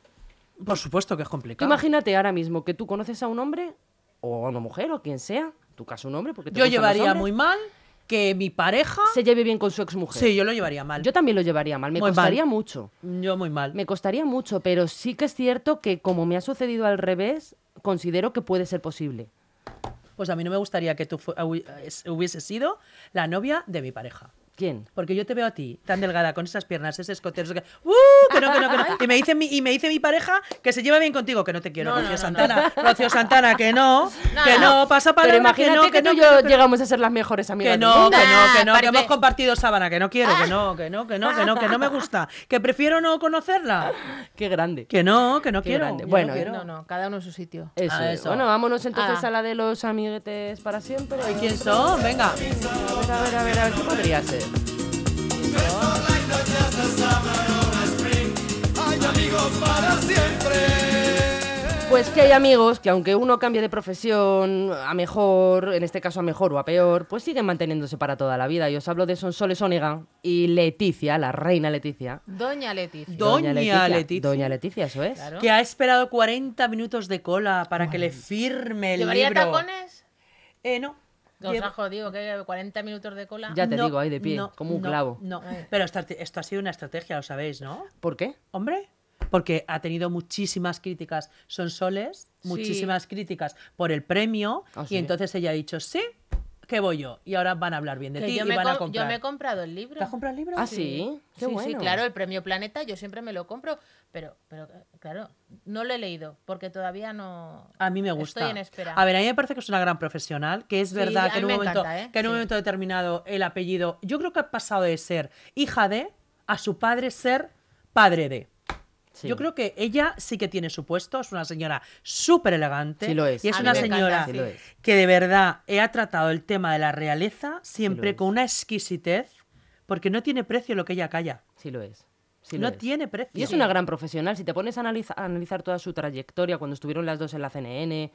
[SPEAKER 3] Por supuesto que es
[SPEAKER 1] Tú
[SPEAKER 3] complicado.
[SPEAKER 1] imagínate ahora mismo que tú conoces a un hombre, o a una mujer, o quien sea, en tu caso un hombre, porque te
[SPEAKER 3] yo
[SPEAKER 1] gustan los
[SPEAKER 3] llevaría
[SPEAKER 1] hombres,
[SPEAKER 3] muy mal que mi pareja.
[SPEAKER 1] se lleve bien con su exmujer.
[SPEAKER 3] Sí, yo lo llevaría mal.
[SPEAKER 1] Yo también lo llevaría mal, me
[SPEAKER 3] Muy mal.
[SPEAKER 1] costaría mucho.
[SPEAKER 3] Yo muy mal.
[SPEAKER 1] Me costaría mucho, pero sí que es cierto que como me ha sucedido al revés, considero que puede ser posible.
[SPEAKER 3] Pues a mí no me gustaría que tú fu- hu- es- hubiese sido la novia de mi pareja.
[SPEAKER 1] ¿Quién?
[SPEAKER 3] Porque yo te veo a ti, tan delgada, con esas piernas, ese escote, eso que... ¡Uh! Que no, que no, que no. Y me, dice mi, y me dice mi pareja que se lleva bien contigo, que no te quiero,
[SPEAKER 2] No, no,
[SPEAKER 3] Rocío
[SPEAKER 2] no, no.
[SPEAKER 3] Santana. Rocío Santana, que no,
[SPEAKER 2] No,
[SPEAKER 3] que
[SPEAKER 2] no.
[SPEAKER 3] no, pasa
[SPEAKER 1] Pero
[SPEAKER 3] palabra, que
[SPEAKER 1] imagínate
[SPEAKER 3] no, que no,
[SPEAKER 1] tú
[SPEAKER 3] que
[SPEAKER 1] y yo
[SPEAKER 3] no, que no.
[SPEAKER 1] llegamos a ser las mejores amigas
[SPEAKER 3] Que
[SPEAKER 1] del
[SPEAKER 3] no,
[SPEAKER 1] mundo.
[SPEAKER 3] que no, que no, que
[SPEAKER 2] parece-
[SPEAKER 3] hemos compartido sábana, que no quiero, que no, que no, que no, que no, que no me gusta, que prefiero no conocerla,
[SPEAKER 1] Qué grande.
[SPEAKER 3] que no, que no
[SPEAKER 1] Qué
[SPEAKER 3] quiero.
[SPEAKER 1] grande.
[SPEAKER 3] yo no
[SPEAKER 1] Bueno,
[SPEAKER 3] quiero.
[SPEAKER 2] No, Eh, no, cada uno en su sitio.
[SPEAKER 1] Eso.
[SPEAKER 3] Ah, eso.
[SPEAKER 1] Bueno, vámonos entonces
[SPEAKER 2] Ah.
[SPEAKER 1] a la de los amiguetes para siempre.
[SPEAKER 3] ¿Y quién son? Venga.
[SPEAKER 1] A ver, a ver, a ver, a ver, ¿qué podría ser? Pues que hay amigos que aunque uno cambie de profesión a mejor, en este caso a mejor o a peor, pues siguen manteniéndose para toda la vida. Y os hablo de Sonsoles Onega y Leticia, la reina Leticia.
[SPEAKER 2] Doña Leticia.
[SPEAKER 3] Do- Doña Leticia.
[SPEAKER 1] Doña Leticia, eso es.
[SPEAKER 2] Claro.
[SPEAKER 3] Que ha esperado 40 minutos de cola para que le firme el
[SPEAKER 2] ¿Llevaría
[SPEAKER 3] libro.
[SPEAKER 2] tacones?
[SPEAKER 3] Eh, no.
[SPEAKER 2] Os
[SPEAKER 3] Lleva-
[SPEAKER 2] ajo, digo, que 40 minutos de cola.
[SPEAKER 1] Ya te
[SPEAKER 3] No,
[SPEAKER 1] digo, ahí de pie,
[SPEAKER 3] no,
[SPEAKER 1] como un
[SPEAKER 3] no,
[SPEAKER 1] clavo.
[SPEAKER 3] No,
[SPEAKER 2] Ay.
[SPEAKER 3] pero esto, esto ha sido una estrategia, lo sabéis, ¿no?
[SPEAKER 1] ¿Por qué?
[SPEAKER 3] Hombre, porque ha tenido muchísimas críticas. Son soles, muchísimas críticas por el premio.
[SPEAKER 1] Ah,
[SPEAKER 3] Y
[SPEAKER 1] sí.
[SPEAKER 3] entonces ella ha dicho, sí, que voy yo. Y ahora van a hablar bien de
[SPEAKER 2] Que
[SPEAKER 3] ti y
[SPEAKER 2] yo, me
[SPEAKER 3] van a
[SPEAKER 2] com- yo
[SPEAKER 3] comprar.
[SPEAKER 2] me he comprado el libro.
[SPEAKER 3] ¿Te has comprado el libro?
[SPEAKER 1] Ah, sí, qué
[SPEAKER 2] sí,
[SPEAKER 1] bueno.
[SPEAKER 2] sí, claro, el premio Planeta yo siempre me lo compro, pero, pero claro, no lo he leído porque todavía no.
[SPEAKER 3] A mí me gusta.
[SPEAKER 2] Estoy en espera.
[SPEAKER 3] A ver, a mí me parece que es una gran profesional, que es
[SPEAKER 2] Sí,
[SPEAKER 3] verdad
[SPEAKER 2] a
[SPEAKER 3] que en,
[SPEAKER 2] mí
[SPEAKER 3] un
[SPEAKER 2] me
[SPEAKER 3] momento,
[SPEAKER 2] encanta, ¿eh?
[SPEAKER 3] que en un
[SPEAKER 2] Sí.
[SPEAKER 3] momento determinado el apellido, yo creo que ha pasado de ser hija de a su padre ser padre de.
[SPEAKER 1] Sí.
[SPEAKER 3] Yo creo que ella sí que tiene su puesto, es una señora súper elegante.
[SPEAKER 1] Sí lo es.
[SPEAKER 3] Y es
[SPEAKER 1] A mí
[SPEAKER 3] una
[SPEAKER 1] me encanta,
[SPEAKER 3] señora
[SPEAKER 1] sí lo es.
[SPEAKER 3] que de verdad eh, ha tratado el tema de la realeza siempre
[SPEAKER 1] es.
[SPEAKER 3] con una exquisitez, porque no tiene precio lo que ella calla.
[SPEAKER 1] Sí lo es. sí
[SPEAKER 3] no
[SPEAKER 1] lo es.
[SPEAKER 3] tiene precio.
[SPEAKER 1] Y es una gran profesional. Si te pones a analiza- a analizar toda su trayectoria, cuando estuvieron las dos en la CNN,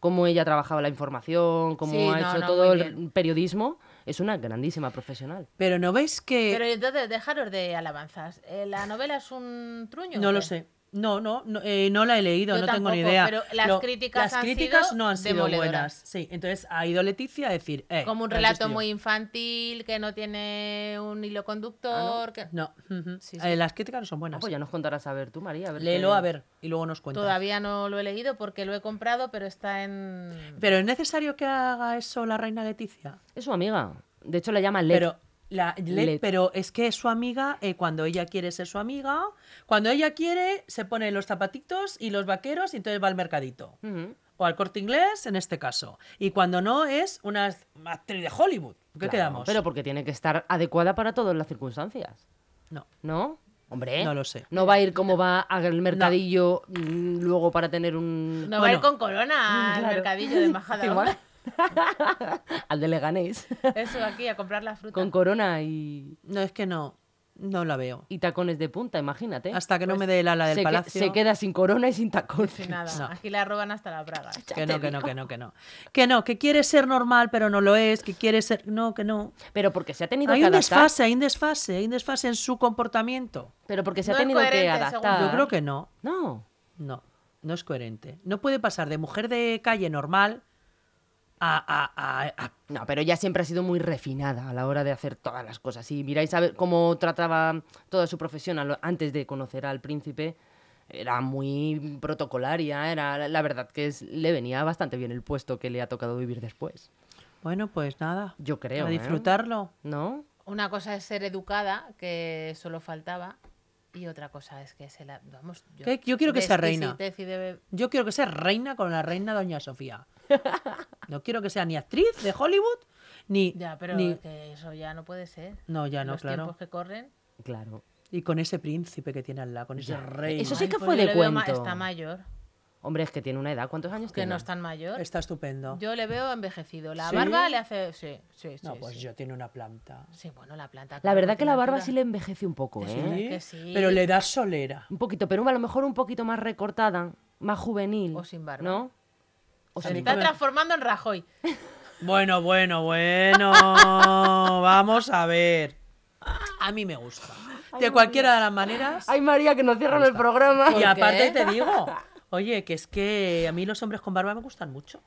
[SPEAKER 1] cómo ella trabajaba la información, cómo
[SPEAKER 2] Sí,
[SPEAKER 1] ha
[SPEAKER 2] no,
[SPEAKER 1] hecho
[SPEAKER 2] no,
[SPEAKER 1] todo
[SPEAKER 2] muy
[SPEAKER 1] el
[SPEAKER 2] bien.
[SPEAKER 1] periodismo, es una grandísima profesional.
[SPEAKER 3] Pero no veis que...
[SPEAKER 2] Pero entonces, dejaros de alabanzas. Eh, ¿La novela es un truño?
[SPEAKER 3] No
[SPEAKER 2] o
[SPEAKER 3] lo
[SPEAKER 2] qué?
[SPEAKER 3] sé. No, no, no, eh, no la he leído,
[SPEAKER 2] Yo
[SPEAKER 3] no tengo ni
[SPEAKER 2] tampoco,
[SPEAKER 3] idea.
[SPEAKER 2] pero las
[SPEAKER 3] Lo-
[SPEAKER 2] críticas
[SPEAKER 3] las
[SPEAKER 2] han
[SPEAKER 3] críticas
[SPEAKER 2] sido
[SPEAKER 3] no han sido
[SPEAKER 2] demoledoras.
[SPEAKER 3] buenas. Sí, entonces ha ido Leticia a decir, eh,
[SPEAKER 2] Como un
[SPEAKER 3] no es
[SPEAKER 2] relato
[SPEAKER 3] mío.
[SPEAKER 2] muy infantil, que no tiene un hilo conductor. que-
[SPEAKER 3] Ah, No, ujú.
[SPEAKER 2] Sí, sí.
[SPEAKER 3] Eh, las críticas no son
[SPEAKER 1] Ah,
[SPEAKER 3] buenas.
[SPEAKER 1] pues ya nos contarás a ver tú, María. A ver
[SPEAKER 3] Léelo
[SPEAKER 1] qué-
[SPEAKER 3] a ver y luego nos cuentas.
[SPEAKER 2] Todavía no lo he leído porque lo he comprado, pero está en.
[SPEAKER 3] Pero es necesario que haga eso la reina Leticia.
[SPEAKER 1] Es su amiga. De hecho, la llama Led.
[SPEAKER 3] Pero la le-
[SPEAKER 1] Let.
[SPEAKER 3] pero es que es su amiga eh, cuando ella quiere ser su amiga, cuando ella quiere se pone los zapatitos y los vaqueros y entonces va al mercadito.
[SPEAKER 1] Ujú.
[SPEAKER 3] o al corte inglés en este caso. Y cuando no es una actriz de Hollywood. ¿Qué
[SPEAKER 1] Claro,
[SPEAKER 3] quedamos?
[SPEAKER 1] Pero porque tiene que estar adecuada para todas las circunstancias.
[SPEAKER 3] No.
[SPEAKER 1] ¿No? Hombre.
[SPEAKER 3] No lo sé.
[SPEAKER 1] No va a ir como va al mercadillo mm, luego para tener un.
[SPEAKER 2] No va
[SPEAKER 3] Bueno.
[SPEAKER 2] a ir con corona al
[SPEAKER 1] Claro.
[SPEAKER 2] mercadillo de majada.
[SPEAKER 1] Igual. al de Leganés.
[SPEAKER 2] Eso aquí, a comprar la fruta.
[SPEAKER 1] Con corona y.
[SPEAKER 3] No, es que no. No la veo.
[SPEAKER 1] y tacones de punta, imagínate.
[SPEAKER 3] Hasta que no me dé el ala del
[SPEAKER 1] ¿Eh? Pues se, que-
[SPEAKER 3] palacio.
[SPEAKER 1] se queda sin corona y sin tacones.
[SPEAKER 2] Sin nada.
[SPEAKER 3] No.
[SPEAKER 2] Aquí la roban hasta la braga.
[SPEAKER 3] Que no, que no, que no, que no. Que no, que quiere ser normal, pero no lo es, que quiere ser. No, que no.
[SPEAKER 1] Pero porque se ha tenido
[SPEAKER 3] Hay
[SPEAKER 1] que
[SPEAKER 3] un
[SPEAKER 1] adaptar.
[SPEAKER 3] desfase, hay un desfase, hay un desfase en su comportamiento.
[SPEAKER 1] Pero porque se
[SPEAKER 2] No
[SPEAKER 1] ha
[SPEAKER 2] es
[SPEAKER 1] tenido que
[SPEAKER 2] coherente, según
[SPEAKER 1] adaptar.
[SPEAKER 2] yo.
[SPEAKER 3] Yo creo que no,
[SPEAKER 1] No.
[SPEAKER 3] no, no es coherente. No puede pasar de mujer de calle normal a. a- a- a-
[SPEAKER 1] No, pero ella siempre ha sido muy refinada a la hora de hacer todas las cosas. Y miráis a ver cómo trataba toda su profesión a lo- antes de conocer al príncipe. Era muy protocolaria, era la verdad que es- le venía bastante bien el puesto que le ha tocado vivir después.
[SPEAKER 3] Bueno, pues nada.
[SPEAKER 1] Yo creo,
[SPEAKER 3] A
[SPEAKER 1] ¿eh?
[SPEAKER 3] disfrutarlo.
[SPEAKER 1] ¿No?
[SPEAKER 2] Una cosa es ser educada, que solo faltaba, y otra cosa es que se la. Vamos, yo,
[SPEAKER 3] Que yo quiero que
[SPEAKER 2] de
[SPEAKER 3] sea reina.
[SPEAKER 2] exquisitez y de-
[SPEAKER 3] Yo quiero que sea reina con la reina Doña Sofía. No quiero que sea ni actriz de Hollywood, ni.
[SPEAKER 2] Ya, pero
[SPEAKER 3] ni-
[SPEAKER 2] es que eso ya no puede ser.
[SPEAKER 3] No, ya no,
[SPEAKER 2] Los
[SPEAKER 3] claro.
[SPEAKER 2] tiempos que corren.
[SPEAKER 1] Claro.
[SPEAKER 3] Y con ese príncipe que tiene al lado, con ese
[SPEAKER 1] Ya.
[SPEAKER 3] rey.
[SPEAKER 1] Eso sí que
[SPEAKER 2] pues
[SPEAKER 1] fue
[SPEAKER 2] yo
[SPEAKER 1] de
[SPEAKER 2] le veo ma-
[SPEAKER 1] cuento.
[SPEAKER 2] Está mayor,
[SPEAKER 1] Hombre, es que tiene una edad. ¿Cuántos años
[SPEAKER 2] que
[SPEAKER 1] tiene?
[SPEAKER 2] no es tan mayor.
[SPEAKER 3] Está estupendo.
[SPEAKER 2] Yo le veo envejecido. La
[SPEAKER 3] ¿Sí?
[SPEAKER 2] barba le hace. Sí, sí, sí.
[SPEAKER 3] no, pues
[SPEAKER 2] sí.
[SPEAKER 3] yo tiene una planta.
[SPEAKER 2] Sí, bueno, la planta.
[SPEAKER 1] La
[SPEAKER 2] claro,
[SPEAKER 1] verdad que la
[SPEAKER 2] tiene
[SPEAKER 1] barba
[SPEAKER 2] altura.
[SPEAKER 1] sí le envejece un poco,
[SPEAKER 2] Es
[SPEAKER 1] ¿eh?
[SPEAKER 2] verdad. que sí.
[SPEAKER 3] Pero le da solera.
[SPEAKER 1] Un poquito, pero a lo mejor un poquito más recortada, más juvenil.
[SPEAKER 2] O sin barba.
[SPEAKER 1] ¿No? O
[SPEAKER 2] Se
[SPEAKER 1] sin
[SPEAKER 2] está transformando en Rajoy.
[SPEAKER 3] Bueno, bueno, bueno. Vamos a ver. A mí me gusta. De cualquiera de las maneras.
[SPEAKER 1] Ay, María, que nos cierran el programa.
[SPEAKER 3] Y
[SPEAKER 2] qué?
[SPEAKER 3] aparte te digo, oye, que es que a mí los hombres con barba me gustan mucho.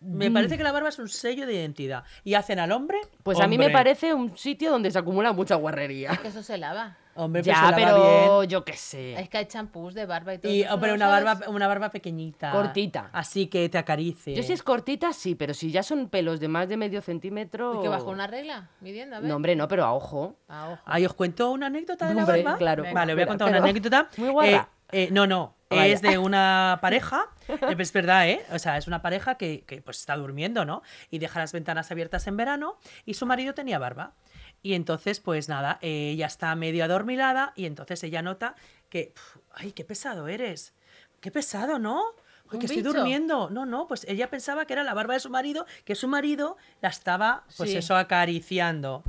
[SPEAKER 1] Mm.
[SPEAKER 3] Me parece que la barba es un sello de identidad. Y hacen al hombre.
[SPEAKER 1] Pues a mí me
[SPEAKER 3] hombre.
[SPEAKER 1] parece un sitio donde se acumula mucha guarrería.
[SPEAKER 2] Que eso se lava.
[SPEAKER 3] Hombre, pues
[SPEAKER 1] ya,
[SPEAKER 3] se lava
[SPEAKER 1] pero
[SPEAKER 3] bien.
[SPEAKER 1] yo qué sé.
[SPEAKER 2] Es que hay champús de barba y todo.
[SPEAKER 3] Y,
[SPEAKER 2] eso,
[SPEAKER 3] pero
[SPEAKER 2] ¿no
[SPEAKER 3] una
[SPEAKER 2] lo
[SPEAKER 3] barba,
[SPEAKER 2] sabes?
[SPEAKER 3] una barba pequeñita.
[SPEAKER 1] Cortita.
[SPEAKER 3] Así que te acaricie.
[SPEAKER 1] Yo si es cortita, sí, pero si ya son pelos de más de medio centímetro...
[SPEAKER 2] ¿Y que bajo una regla? Midiendo, a ver.
[SPEAKER 1] Oh. No, hombre, no, pero a ojo.
[SPEAKER 2] Ah, ojo.
[SPEAKER 3] Ahí os cuento una anécdota de la
[SPEAKER 1] Hombre,
[SPEAKER 3] barba.
[SPEAKER 1] claro.
[SPEAKER 3] Vale,
[SPEAKER 1] Venga,
[SPEAKER 3] os voy a
[SPEAKER 1] espera,
[SPEAKER 3] contar
[SPEAKER 1] pero-
[SPEAKER 3] una anécdota.
[SPEAKER 1] Muy guarra.
[SPEAKER 3] Eh, eh, no, no.
[SPEAKER 1] Vaya.
[SPEAKER 3] Es de una pareja. eh, Es verdad, ¿eh? O sea, es una pareja que, que, pues está durmiendo, ¿no? Y deja las ventanas abiertas en verano. Y su marido tenía barba. Y entonces, pues nada, eh, ella está medio adormilada. Y entonces ella nota que. "Pf, ¡Ay, qué pesado eres! ¡Qué pesado, ¿no? Ay,
[SPEAKER 2] Un
[SPEAKER 3] que estoy
[SPEAKER 2] bicho.
[SPEAKER 3] durmiendo. No, no, pues ella pensaba que era la barba de su marido, que su marido la estaba, pues
[SPEAKER 2] Sí.
[SPEAKER 3] eso, acariciando.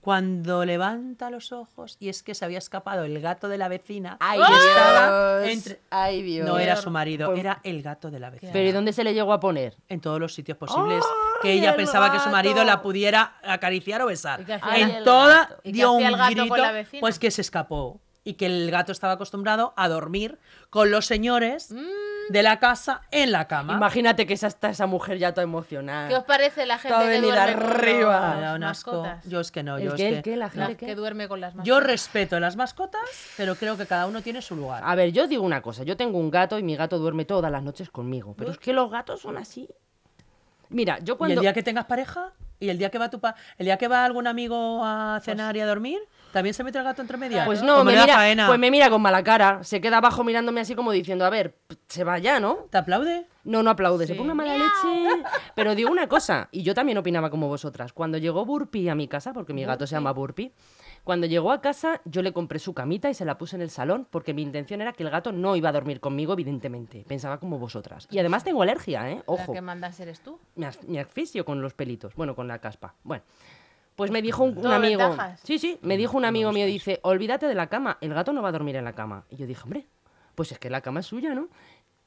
[SPEAKER 3] Cuando levanta los ojos y es que se había escapado el gato de la vecina.
[SPEAKER 1] Ay,
[SPEAKER 3] que estaba
[SPEAKER 1] ¡Ah! Dios.
[SPEAKER 3] entre-
[SPEAKER 1] Ay, Dios. Pues,
[SPEAKER 3] No era su marido, era el gato de la vecina.
[SPEAKER 1] Pero ¿y dónde se le llegó a poner?
[SPEAKER 3] En todos los sitios posibles que
[SPEAKER 1] ¡Ay,
[SPEAKER 3] ella
[SPEAKER 1] el
[SPEAKER 3] pensaba que su marido
[SPEAKER 1] gato!
[SPEAKER 3] la pudiera acariciar o besar.
[SPEAKER 2] ¿Y qué hacía
[SPEAKER 3] En
[SPEAKER 2] el
[SPEAKER 3] toda
[SPEAKER 2] gato? ¿Y qué
[SPEAKER 3] dio un
[SPEAKER 2] hacía el gato con
[SPEAKER 3] grito,
[SPEAKER 2] la vecina?
[SPEAKER 3] pues que se escapó y que el gato estaba acostumbrado a dormir con los señores
[SPEAKER 2] Mm.
[SPEAKER 3] de la casa en la cama.
[SPEAKER 1] Imagínate que esa está esa mujer ya toda
[SPEAKER 2] ¿Qué os
[SPEAKER 1] emocionada.
[SPEAKER 2] parece la gente
[SPEAKER 1] Está
[SPEAKER 2] que
[SPEAKER 1] venida
[SPEAKER 2] duerme
[SPEAKER 1] arriba.
[SPEAKER 2] con
[SPEAKER 3] Me da
[SPEAKER 2] las
[SPEAKER 3] un asco.
[SPEAKER 2] mascotas?
[SPEAKER 3] Yo es que no,
[SPEAKER 1] ¿El
[SPEAKER 3] yo es
[SPEAKER 1] qué, el
[SPEAKER 3] que-
[SPEAKER 1] qué, la
[SPEAKER 2] La
[SPEAKER 1] gente
[SPEAKER 2] que
[SPEAKER 1] qué?
[SPEAKER 2] duerme con las
[SPEAKER 3] Yo
[SPEAKER 2] mascotas.
[SPEAKER 3] respeto las mascotas, pero creo que cada uno tiene su lugar.
[SPEAKER 1] A ver, yo digo una cosa, yo tengo un gato y mi gato duerme todas las noches conmigo, pero es que los gatos son así. Mira, yo
[SPEAKER 3] Y
[SPEAKER 1] cuando
[SPEAKER 3] el día que tengas pareja y el día que va tu pa- el día que va algún amigo a cenar y a dormir, también se mete el gato entre medias.
[SPEAKER 1] Pues no,
[SPEAKER 3] Como
[SPEAKER 1] me
[SPEAKER 3] le da
[SPEAKER 1] mira,
[SPEAKER 3] faena.
[SPEAKER 1] pues me mira con mala cara, se queda abajo mirándome así como diciendo, a ver, p- se va ya, ¿no?
[SPEAKER 3] te aplaude.
[SPEAKER 1] No, no aplaude, se pone una mala leche. Pero digo una cosa, y yo también opinaba como vosotras. Cuando llegó Burpee a mi casa, porque mi gato se llama Burpee, cuando llegó a casa yo le compré su camita y se la puse en el salón, porque mi intención era que el gato no iba a dormir conmigo, evidentemente. Pensaba como vosotras. Y además tengo alergia, ¿eh?
[SPEAKER 2] La
[SPEAKER 1] Ojo,
[SPEAKER 2] que mandas eres tú.
[SPEAKER 1] me, as- me asfixio con los pelitos, bueno, con la caspa. Bueno. Pues me dijo un, un
[SPEAKER 2] Todo
[SPEAKER 1] amigo.
[SPEAKER 2] ventajas.
[SPEAKER 1] Sí, sí, me dijo un amigo mío, dice, olvídate de la cama, el gato no va a dormir en la cama. Y yo dije, hombre, pues es que la cama es suya, ¿no?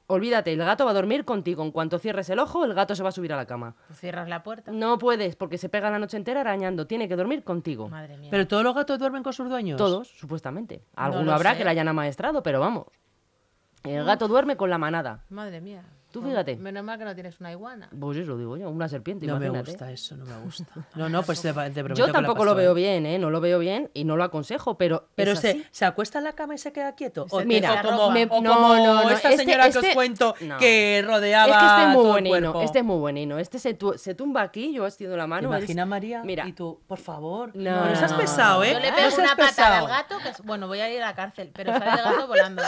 [SPEAKER 1] Olvídate, el gato va a dormir contigo. En cuanto cierres el ojo, el gato se va a subir a la cama.
[SPEAKER 2] Tú cierras la puerta.
[SPEAKER 3] Mm.
[SPEAKER 1] No puedes, porque se pega la noche entera arañando. Tiene que dormir contigo.
[SPEAKER 2] Madre mía.
[SPEAKER 3] Pero todos los gatos duermen con sus dueños.
[SPEAKER 1] Todos, supuestamente. Alguno
[SPEAKER 2] lo
[SPEAKER 1] habrá
[SPEAKER 2] sé.
[SPEAKER 1] que la hayan amaestrado, pero vamos. El gato duerme con la manada.
[SPEAKER 2] Madre mía.
[SPEAKER 1] Tú
[SPEAKER 2] Bueno,
[SPEAKER 1] fíjate.
[SPEAKER 2] Menos mal que no tienes una iguana.
[SPEAKER 1] Pues eso digo yo, una serpiente,
[SPEAKER 3] No me
[SPEAKER 1] imagínate.
[SPEAKER 3] gusta eso, no me gusta. No, no, pues te, te prometo que
[SPEAKER 1] Yo
[SPEAKER 3] la
[SPEAKER 1] tampoco lo
[SPEAKER 3] pasó,
[SPEAKER 1] veo
[SPEAKER 3] ¿eh?
[SPEAKER 1] bien, ¿eh? No lo veo bien y no lo aconsejo, pero.
[SPEAKER 3] Pero
[SPEAKER 1] es así.
[SPEAKER 3] se, se acuesta en la cama y se queda quieto. O,
[SPEAKER 2] Se
[SPEAKER 1] Mira,
[SPEAKER 3] o como,
[SPEAKER 1] me-
[SPEAKER 3] o como
[SPEAKER 1] no, no, no,
[SPEAKER 3] esta
[SPEAKER 1] este-
[SPEAKER 3] señora que os
[SPEAKER 1] este-
[SPEAKER 3] cuento
[SPEAKER 1] no.
[SPEAKER 3] que rodeaba.
[SPEAKER 1] Es que este es muy
[SPEAKER 3] Ah, todo el
[SPEAKER 1] buenino,
[SPEAKER 3] cuerpo.
[SPEAKER 1] este es muy buenino. Este se, tu- se tumba aquí, yo extiendo la
[SPEAKER 3] ¿Te
[SPEAKER 1] mano. Ah, él-
[SPEAKER 3] imaginas, María?
[SPEAKER 1] Mira,
[SPEAKER 3] Y tú, por favor.
[SPEAKER 1] No,
[SPEAKER 3] No, nos has
[SPEAKER 1] no,
[SPEAKER 3] pesado,
[SPEAKER 1] no.
[SPEAKER 3] ¿eh?
[SPEAKER 2] Yo le
[SPEAKER 3] No
[SPEAKER 2] pego
[SPEAKER 3] seas
[SPEAKER 2] una patada
[SPEAKER 3] pesado.
[SPEAKER 2] al gato, que es- bueno, voy a ir a la cárcel, pero sale el gato volando.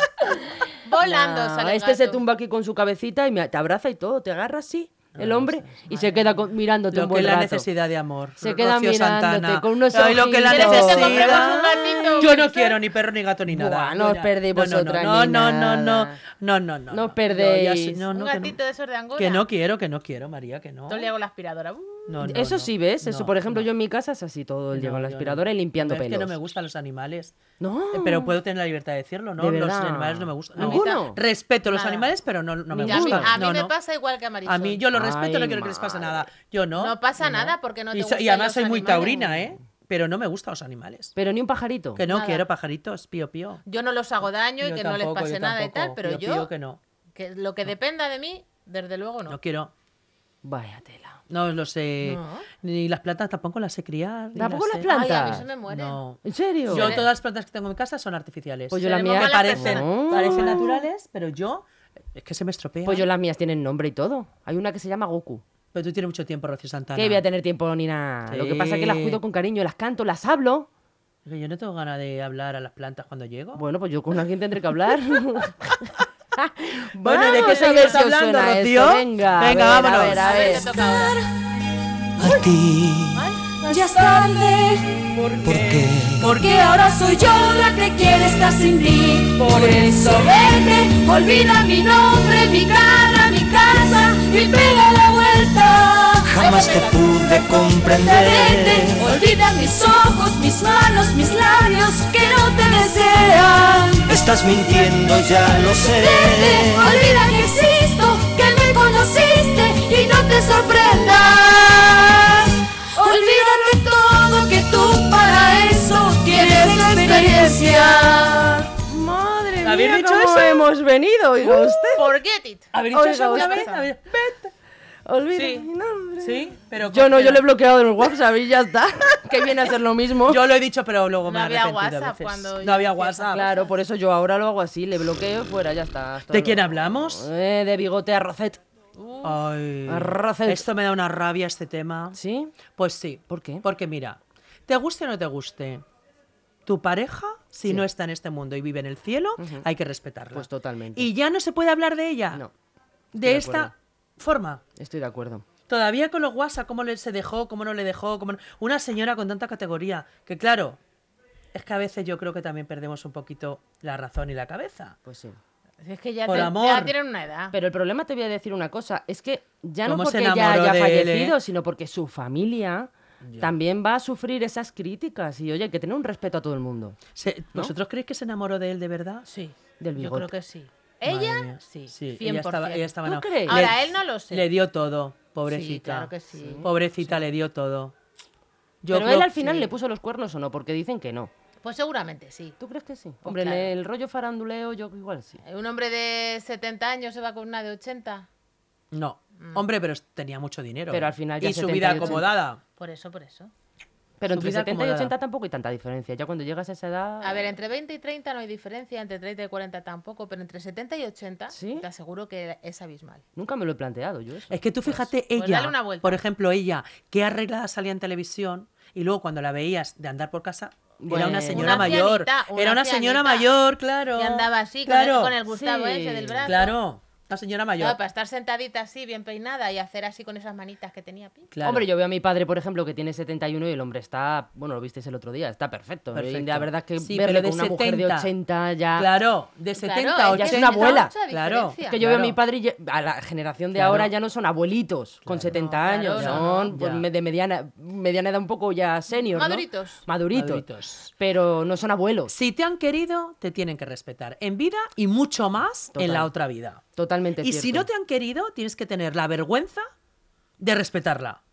[SPEAKER 2] volando
[SPEAKER 1] No,
[SPEAKER 2] sale el
[SPEAKER 1] este se
[SPEAKER 2] gato.
[SPEAKER 1] tumba aquí con su cabecita y me- te abraza y todo, te agarra así,
[SPEAKER 3] Ah,
[SPEAKER 1] el hombre, y se queda con- mirándote
[SPEAKER 3] Lo
[SPEAKER 1] un
[SPEAKER 3] que es
[SPEAKER 1] buen
[SPEAKER 3] la
[SPEAKER 1] rato.
[SPEAKER 3] necesidad de amor.
[SPEAKER 1] Se queda
[SPEAKER 3] Rocío
[SPEAKER 1] mirándote
[SPEAKER 3] Santana.
[SPEAKER 1] con unos
[SPEAKER 3] Ay, lo que es la
[SPEAKER 1] ojitos.
[SPEAKER 2] ¿Quieres que te compremos
[SPEAKER 3] necesidad.
[SPEAKER 2] un gatito,
[SPEAKER 3] Yo no
[SPEAKER 2] Cristo?
[SPEAKER 3] quiero ni perro ni gato ni nada.
[SPEAKER 1] Buah, no os
[SPEAKER 3] ya.
[SPEAKER 1] perdéis
[SPEAKER 3] No, no,
[SPEAKER 1] vosotras
[SPEAKER 3] No,
[SPEAKER 1] ni
[SPEAKER 3] no, no, no,
[SPEAKER 1] nada.
[SPEAKER 3] no, no, no.
[SPEAKER 1] No os perdéis.
[SPEAKER 3] No, no,
[SPEAKER 2] Un
[SPEAKER 3] que no.
[SPEAKER 2] gatito de esos de Angola.
[SPEAKER 3] Que no quiero, que no quiero, María, que no.
[SPEAKER 2] Todo el día con la aspiradora. Uh,
[SPEAKER 3] No, no,
[SPEAKER 1] Eso
[SPEAKER 3] no.
[SPEAKER 1] sí, ¿ves? Eso,
[SPEAKER 3] No,
[SPEAKER 1] por ejemplo,
[SPEAKER 3] no.
[SPEAKER 1] yo en mi casa es así todo el día
[SPEAKER 3] No,
[SPEAKER 1] con la
[SPEAKER 3] yo no.
[SPEAKER 1] aspiradora y limpiando
[SPEAKER 3] No, es
[SPEAKER 1] pelos.
[SPEAKER 3] que no me gustan los animales.
[SPEAKER 1] No.
[SPEAKER 3] Eh,
[SPEAKER 2] Ah.
[SPEAKER 3] Pero puedo tener la libertad de decirlo, ¿no?
[SPEAKER 1] ¿De
[SPEAKER 3] los
[SPEAKER 1] verdad?
[SPEAKER 3] animales no me gustan. No.
[SPEAKER 1] ¿Ninguno?
[SPEAKER 3] Respeto los
[SPEAKER 2] Nada.
[SPEAKER 3] animales, pero no, no me
[SPEAKER 2] Mira, a mí,
[SPEAKER 3] gustan.
[SPEAKER 2] a mí
[SPEAKER 3] No,
[SPEAKER 2] me
[SPEAKER 3] no.
[SPEAKER 2] pasa igual que a Marisol.
[SPEAKER 3] A mí yo lo
[SPEAKER 1] Ay,
[SPEAKER 3] respeto, no quiero que les pase
[SPEAKER 1] madre.
[SPEAKER 3] nada. Yo no.
[SPEAKER 2] No pasa
[SPEAKER 3] yo
[SPEAKER 2] nada porque no te
[SPEAKER 3] y, so- y
[SPEAKER 2] gustan
[SPEAKER 3] además
[SPEAKER 2] los
[SPEAKER 3] soy muy
[SPEAKER 2] animales.
[SPEAKER 3] taurina, ¿eh? Pero no me gustan los animales.
[SPEAKER 1] Pero ni un pajarito.
[SPEAKER 3] Que no
[SPEAKER 2] Nada.
[SPEAKER 3] quiero pajaritos, pío pío.
[SPEAKER 2] Yo no los hago daño y
[SPEAKER 3] Yo
[SPEAKER 2] que no
[SPEAKER 3] tampoco,
[SPEAKER 2] les pase
[SPEAKER 3] yo
[SPEAKER 2] nada y tal,
[SPEAKER 3] tampoco.
[SPEAKER 2] pero
[SPEAKER 3] Pío, pío,
[SPEAKER 2] yo,
[SPEAKER 3] que no.
[SPEAKER 2] que lo que dependa de mí, desde luego no.
[SPEAKER 3] No quiero.
[SPEAKER 1] Vaya tela.
[SPEAKER 3] No lo sé.
[SPEAKER 2] No.
[SPEAKER 3] Ni las plantas tampoco las sé criar. ni
[SPEAKER 1] ¿Tampoco
[SPEAKER 3] sé-
[SPEAKER 1] las
[SPEAKER 2] Ay, a mí
[SPEAKER 1] plantas?
[SPEAKER 2] se me muere.
[SPEAKER 3] No.
[SPEAKER 1] ¿En serio?
[SPEAKER 3] Yo todas las plantas que tengo en mi casa son artificiales.
[SPEAKER 1] Pues yo las
[SPEAKER 2] Seremos
[SPEAKER 1] mías...
[SPEAKER 3] me
[SPEAKER 2] malas
[SPEAKER 3] parecen,
[SPEAKER 1] personas.
[SPEAKER 3] parecen naturales, pero yo es que se me estropea.
[SPEAKER 1] Pues yo las mías tienen nombre y todo. Hay una que se llama Goku.
[SPEAKER 3] Pero tú tienes mucho tiempo, Rocío Santana.
[SPEAKER 1] Que voy a tener tiempo ni nada. Lo que pasa es que las
[SPEAKER 3] Sí.
[SPEAKER 1] cuido con cariño, las canto, las hablo.
[SPEAKER 3] Es que yo no tengo ganas de hablar a las plantas cuando llego.
[SPEAKER 1] Bueno, pues yo con alguien tendré que hablar.
[SPEAKER 3] Bueno, ¿y de qué
[SPEAKER 1] Vamos a
[SPEAKER 3] seguimos
[SPEAKER 1] ver si os
[SPEAKER 3] hablando,
[SPEAKER 1] suena esto.
[SPEAKER 3] Rocío?
[SPEAKER 1] Venga,
[SPEAKER 3] Venga,
[SPEAKER 1] a ver,
[SPEAKER 3] vámonos.
[SPEAKER 1] A ver, a
[SPEAKER 2] A ver,
[SPEAKER 1] ver.
[SPEAKER 2] te toca ahora.
[SPEAKER 6] a ti.
[SPEAKER 4] Ya es tarde,
[SPEAKER 6] Porque
[SPEAKER 4] porque ahora soy yo la que quiere estar sin ti. Por eso vete, olvida mi nombre, mi cara, mi casa y pega la vuelta.
[SPEAKER 6] jamás te pude comprender.
[SPEAKER 4] Vete, olvida mis ojos, mis manos, mis labios que no te desean.
[SPEAKER 6] Estás mintiendo, ya lo sé.
[SPEAKER 4] Vete, olvida que existo, que me conociste y no te sorprendas. Olvídate todo que tú para eso tienes experiencia.
[SPEAKER 1] Madre mía,
[SPEAKER 3] ¿Habéis dicho
[SPEAKER 1] cómo
[SPEAKER 3] eso? Uh,
[SPEAKER 1] hemos venido, oiga usted.
[SPEAKER 2] Forget it.
[SPEAKER 3] ¿Habéis
[SPEAKER 1] Oiga,
[SPEAKER 3] dicho eso alguna
[SPEAKER 1] otra
[SPEAKER 3] vez?
[SPEAKER 1] cosa.
[SPEAKER 3] A ver, vete.
[SPEAKER 1] Olvida
[SPEAKER 3] Sí. Pues
[SPEAKER 1] mi nombre.
[SPEAKER 3] Sí, pero
[SPEAKER 1] Yo no, yo
[SPEAKER 3] pero-
[SPEAKER 1] le he bloqueado en el WhatsApp y ya está. que viene a ser lo mismo.
[SPEAKER 3] Yo lo he dicho, pero luego
[SPEAKER 2] No
[SPEAKER 3] me he
[SPEAKER 2] había
[SPEAKER 3] arrepentido a
[SPEAKER 2] WhatsApp
[SPEAKER 3] veces.
[SPEAKER 2] cuando
[SPEAKER 3] No había
[SPEAKER 2] yo hacía
[SPEAKER 3] WhatsApp.
[SPEAKER 1] Claro, por eso yo ahora lo hago así, le bloqueo fuera, ya está. hasta
[SPEAKER 3] ¿De
[SPEAKER 1] luego.
[SPEAKER 3] quién hablamos?
[SPEAKER 1] Eh, de bigote a Rosette.
[SPEAKER 3] Ay,
[SPEAKER 1] Arrocet.
[SPEAKER 3] esto me da una rabia este tema.
[SPEAKER 1] ¿Sí?
[SPEAKER 3] Pues sí.
[SPEAKER 1] ¿Por qué?
[SPEAKER 3] Porque mira, te guste o no te guste, tu pareja, si no está en este mundo y vive en el cielo, hay que respetarla.
[SPEAKER 1] Pues totalmente.
[SPEAKER 3] Y ya no se puede hablar de ella.
[SPEAKER 1] No,
[SPEAKER 3] De
[SPEAKER 1] estoy de
[SPEAKER 3] esta forma.
[SPEAKER 1] estoy de acuerdo.
[SPEAKER 3] Todavía con los WhatsApp, cómo le- se dejó, cómo no le dejó, cómo no- una señora con tanta categoría, que claro, es que a veces yo creo que también perdemos un poquito la razón y la cabeza.
[SPEAKER 1] Pues sí.
[SPEAKER 2] Es que ya,
[SPEAKER 3] Por
[SPEAKER 2] te-
[SPEAKER 3] amor.
[SPEAKER 2] ya tienen una edad.
[SPEAKER 1] Pero el problema te voy a decir una cosa, es que ya no
[SPEAKER 3] ¿Cómo se
[SPEAKER 1] porque ella
[SPEAKER 3] enamoró
[SPEAKER 1] haya
[SPEAKER 3] de él,
[SPEAKER 1] fallecido,
[SPEAKER 3] eh?
[SPEAKER 1] sino porque su familia también va a sufrir esas críticas. Y oye, hay que tener un respeto a todo el mundo.
[SPEAKER 3] Se- ¿Vosotros creéis que se enamoró de él de verdad?
[SPEAKER 2] Sí.
[SPEAKER 1] Del
[SPEAKER 2] Yo
[SPEAKER 1] bigote.
[SPEAKER 2] creo que sí.
[SPEAKER 3] Madre
[SPEAKER 2] Ella,
[SPEAKER 3] mía.
[SPEAKER 2] sí. 100%.
[SPEAKER 3] ella estaba, ella estaba
[SPEAKER 1] ¿Tú
[SPEAKER 3] enamorada.
[SPEAKER 1] crees?
[SPEAKER 2] Ahora, él no lo sé.
[SPEAKER 3] Le dio todo, pobrecita.
[SPEAKER 2] claro que sí.
[SPEAKER 3] Pobrecita, le dio todo. Yo
[SPEAKER 1] Pero
[SPEAKER 3] creo-
[SPEAKER 1] él al final
[SPEAKER 3] sí.
[SPEAKER 1] le puso los cuernos o no, porque dicen que no. Oh,
[SPEAKER 2] Pues seguramente sí.
[SPEAKER 1] ¿Tú crees que sí? Hombre,
[SPEAKER 2] claro.
[SPEAKER 1] en el rollo faranduleo yo igual sí.
[SPEAKER 2] Un hombre de 70 años se va con una de 80.
[SPEAKER 3] No.
[SPEAKER 2] Mm.
[SPEAKER 3] Hombre, pero tenía mucho dinero.
[SPEAKER 1] Pero al final ya
[SPEAKER 3] Y su
[SPEAKER 1] 70
[SPEAKER 3] vida
[SPEAKER 1] y 80.
[SPEAKER 3] acomodada.
[SPEAKER 2] Por eso, por eso.
[SPEAKER 3] Su
[SPEAKER 1] Pero entre
[SPEAKER 3] vida
[SPEAKER 1] 70 y
[SPEAKER 3] acomodada.
[SPEAKER 1] 80 tampoco hay tanta diferencia. Ya cuando llegas a esa edad...
[SPEAKER 2] A ver, entre 20 y 30 no hay diferencia, entre 30 y 40 tampoco, pero entre 70 y 80
[SPEAKER 1] ¿Sí?
[SPEAKER 2] te aseguro que es abismal.
[SPEAKER 1] Nunca me lo he planteado yo eso.
[SPEAKER 3] Es que tú fíjate,
[SPEAKER 2] pues
[SPEAKER 3] ella,
[SPEAKER 2] dale una vuelta.
[SPEAKER 3] por ejemplo, ella, qué arreglada salía en televisión y luego cuando la veías de andar por casa,
[SPEAKER 1] Bueno.
[SPEAKER 3] era una señora
[SPEAKER 2] Pues, Una
[SPEAKER 3] mayor.
[SPEAKER 2] ancianita, una
[SPEAKER 3] era una señora
[SPEAKER 2] ancianita.
[SPEAKER 3] mayor, claro.
[SPEAKER 2] Y andaba así con el-
[SPEAKER 3] claro,
[SPEAKER 2] con, el, Gustavo
[SPEAKER 1] sí,
[SPEAKER 2] ese del brazo.
[SPEAKER 3] Claro, una señora mayor.
[SPEAKER 2] Claro, para estar sentadita así, bien peinada y hacer así con esas manitas que tenía. pi.
[SPEAKER 3] Claro.
[SPEAKER 1] Hombre, yo veo a mi padre, por ejemplo, que tiene 71 y el hombre está, bueno, lo visteis el otro día, está perfecto. ¿eh? Y
[SPEAKER 3] Perfecto.
[SPEAKER 1] La verdad es que
[SPEAKER 3] Sí,
[SPEAKER 1] verle
[SPEAKER 3] pero de
[SPEAKER 1] con una mujer de
[SPEAKER 3] 70.
[SPEAKER 1] 80 ya...
[SPEAKER 3] Claro, de 70
[SPEAKER 2] Claro,
[SPEAKER 1] ya es
[SPEAKER 3] 80.
[SPEAKER 1] una abuela.
[SPEAKER 2] mucha
[SPEAKER 3] Claro.
[SPEAKER 2] diferencia.
[SPEAKER 1] Es que yo veo a
[SPEAKER 3] Claro.
[SPEAKER 1] mi padre y ye- a la generación de
[SPEAKER 3] Claro.
[SPEAKER 1] ahora ya no son abuelitos con 70 años,
[SPEAKER 2] claro,
[SPEAKER 1] son
[SPEAKER 3] no,
[SPEAKER 1] pues,
[SPEAKER 3] ya.
[SPEAKER 1] me- de mediana, mediana edad un poco ya senior. ¿no?
[SPEAKER 2] Maduritos.
[SPEAKER 1] Maduritos.
[SPEAKER 3] Maduritos.
[SPEAKER 1] Pero no son abuelos.
[SPEAKER 3] Si te han querido, te tienen que respetar en vida y mucho más
[SPEAKER 1] Total.
[SPEAKER 3] en la otra vida.
[SPEAKER 1] Totalmente
[SPEAKER 3] Y si
[SPEAKER 1] cierto.
[SPEAKER 3] no te han querido, tienes que tener la vergüenza de respetarla.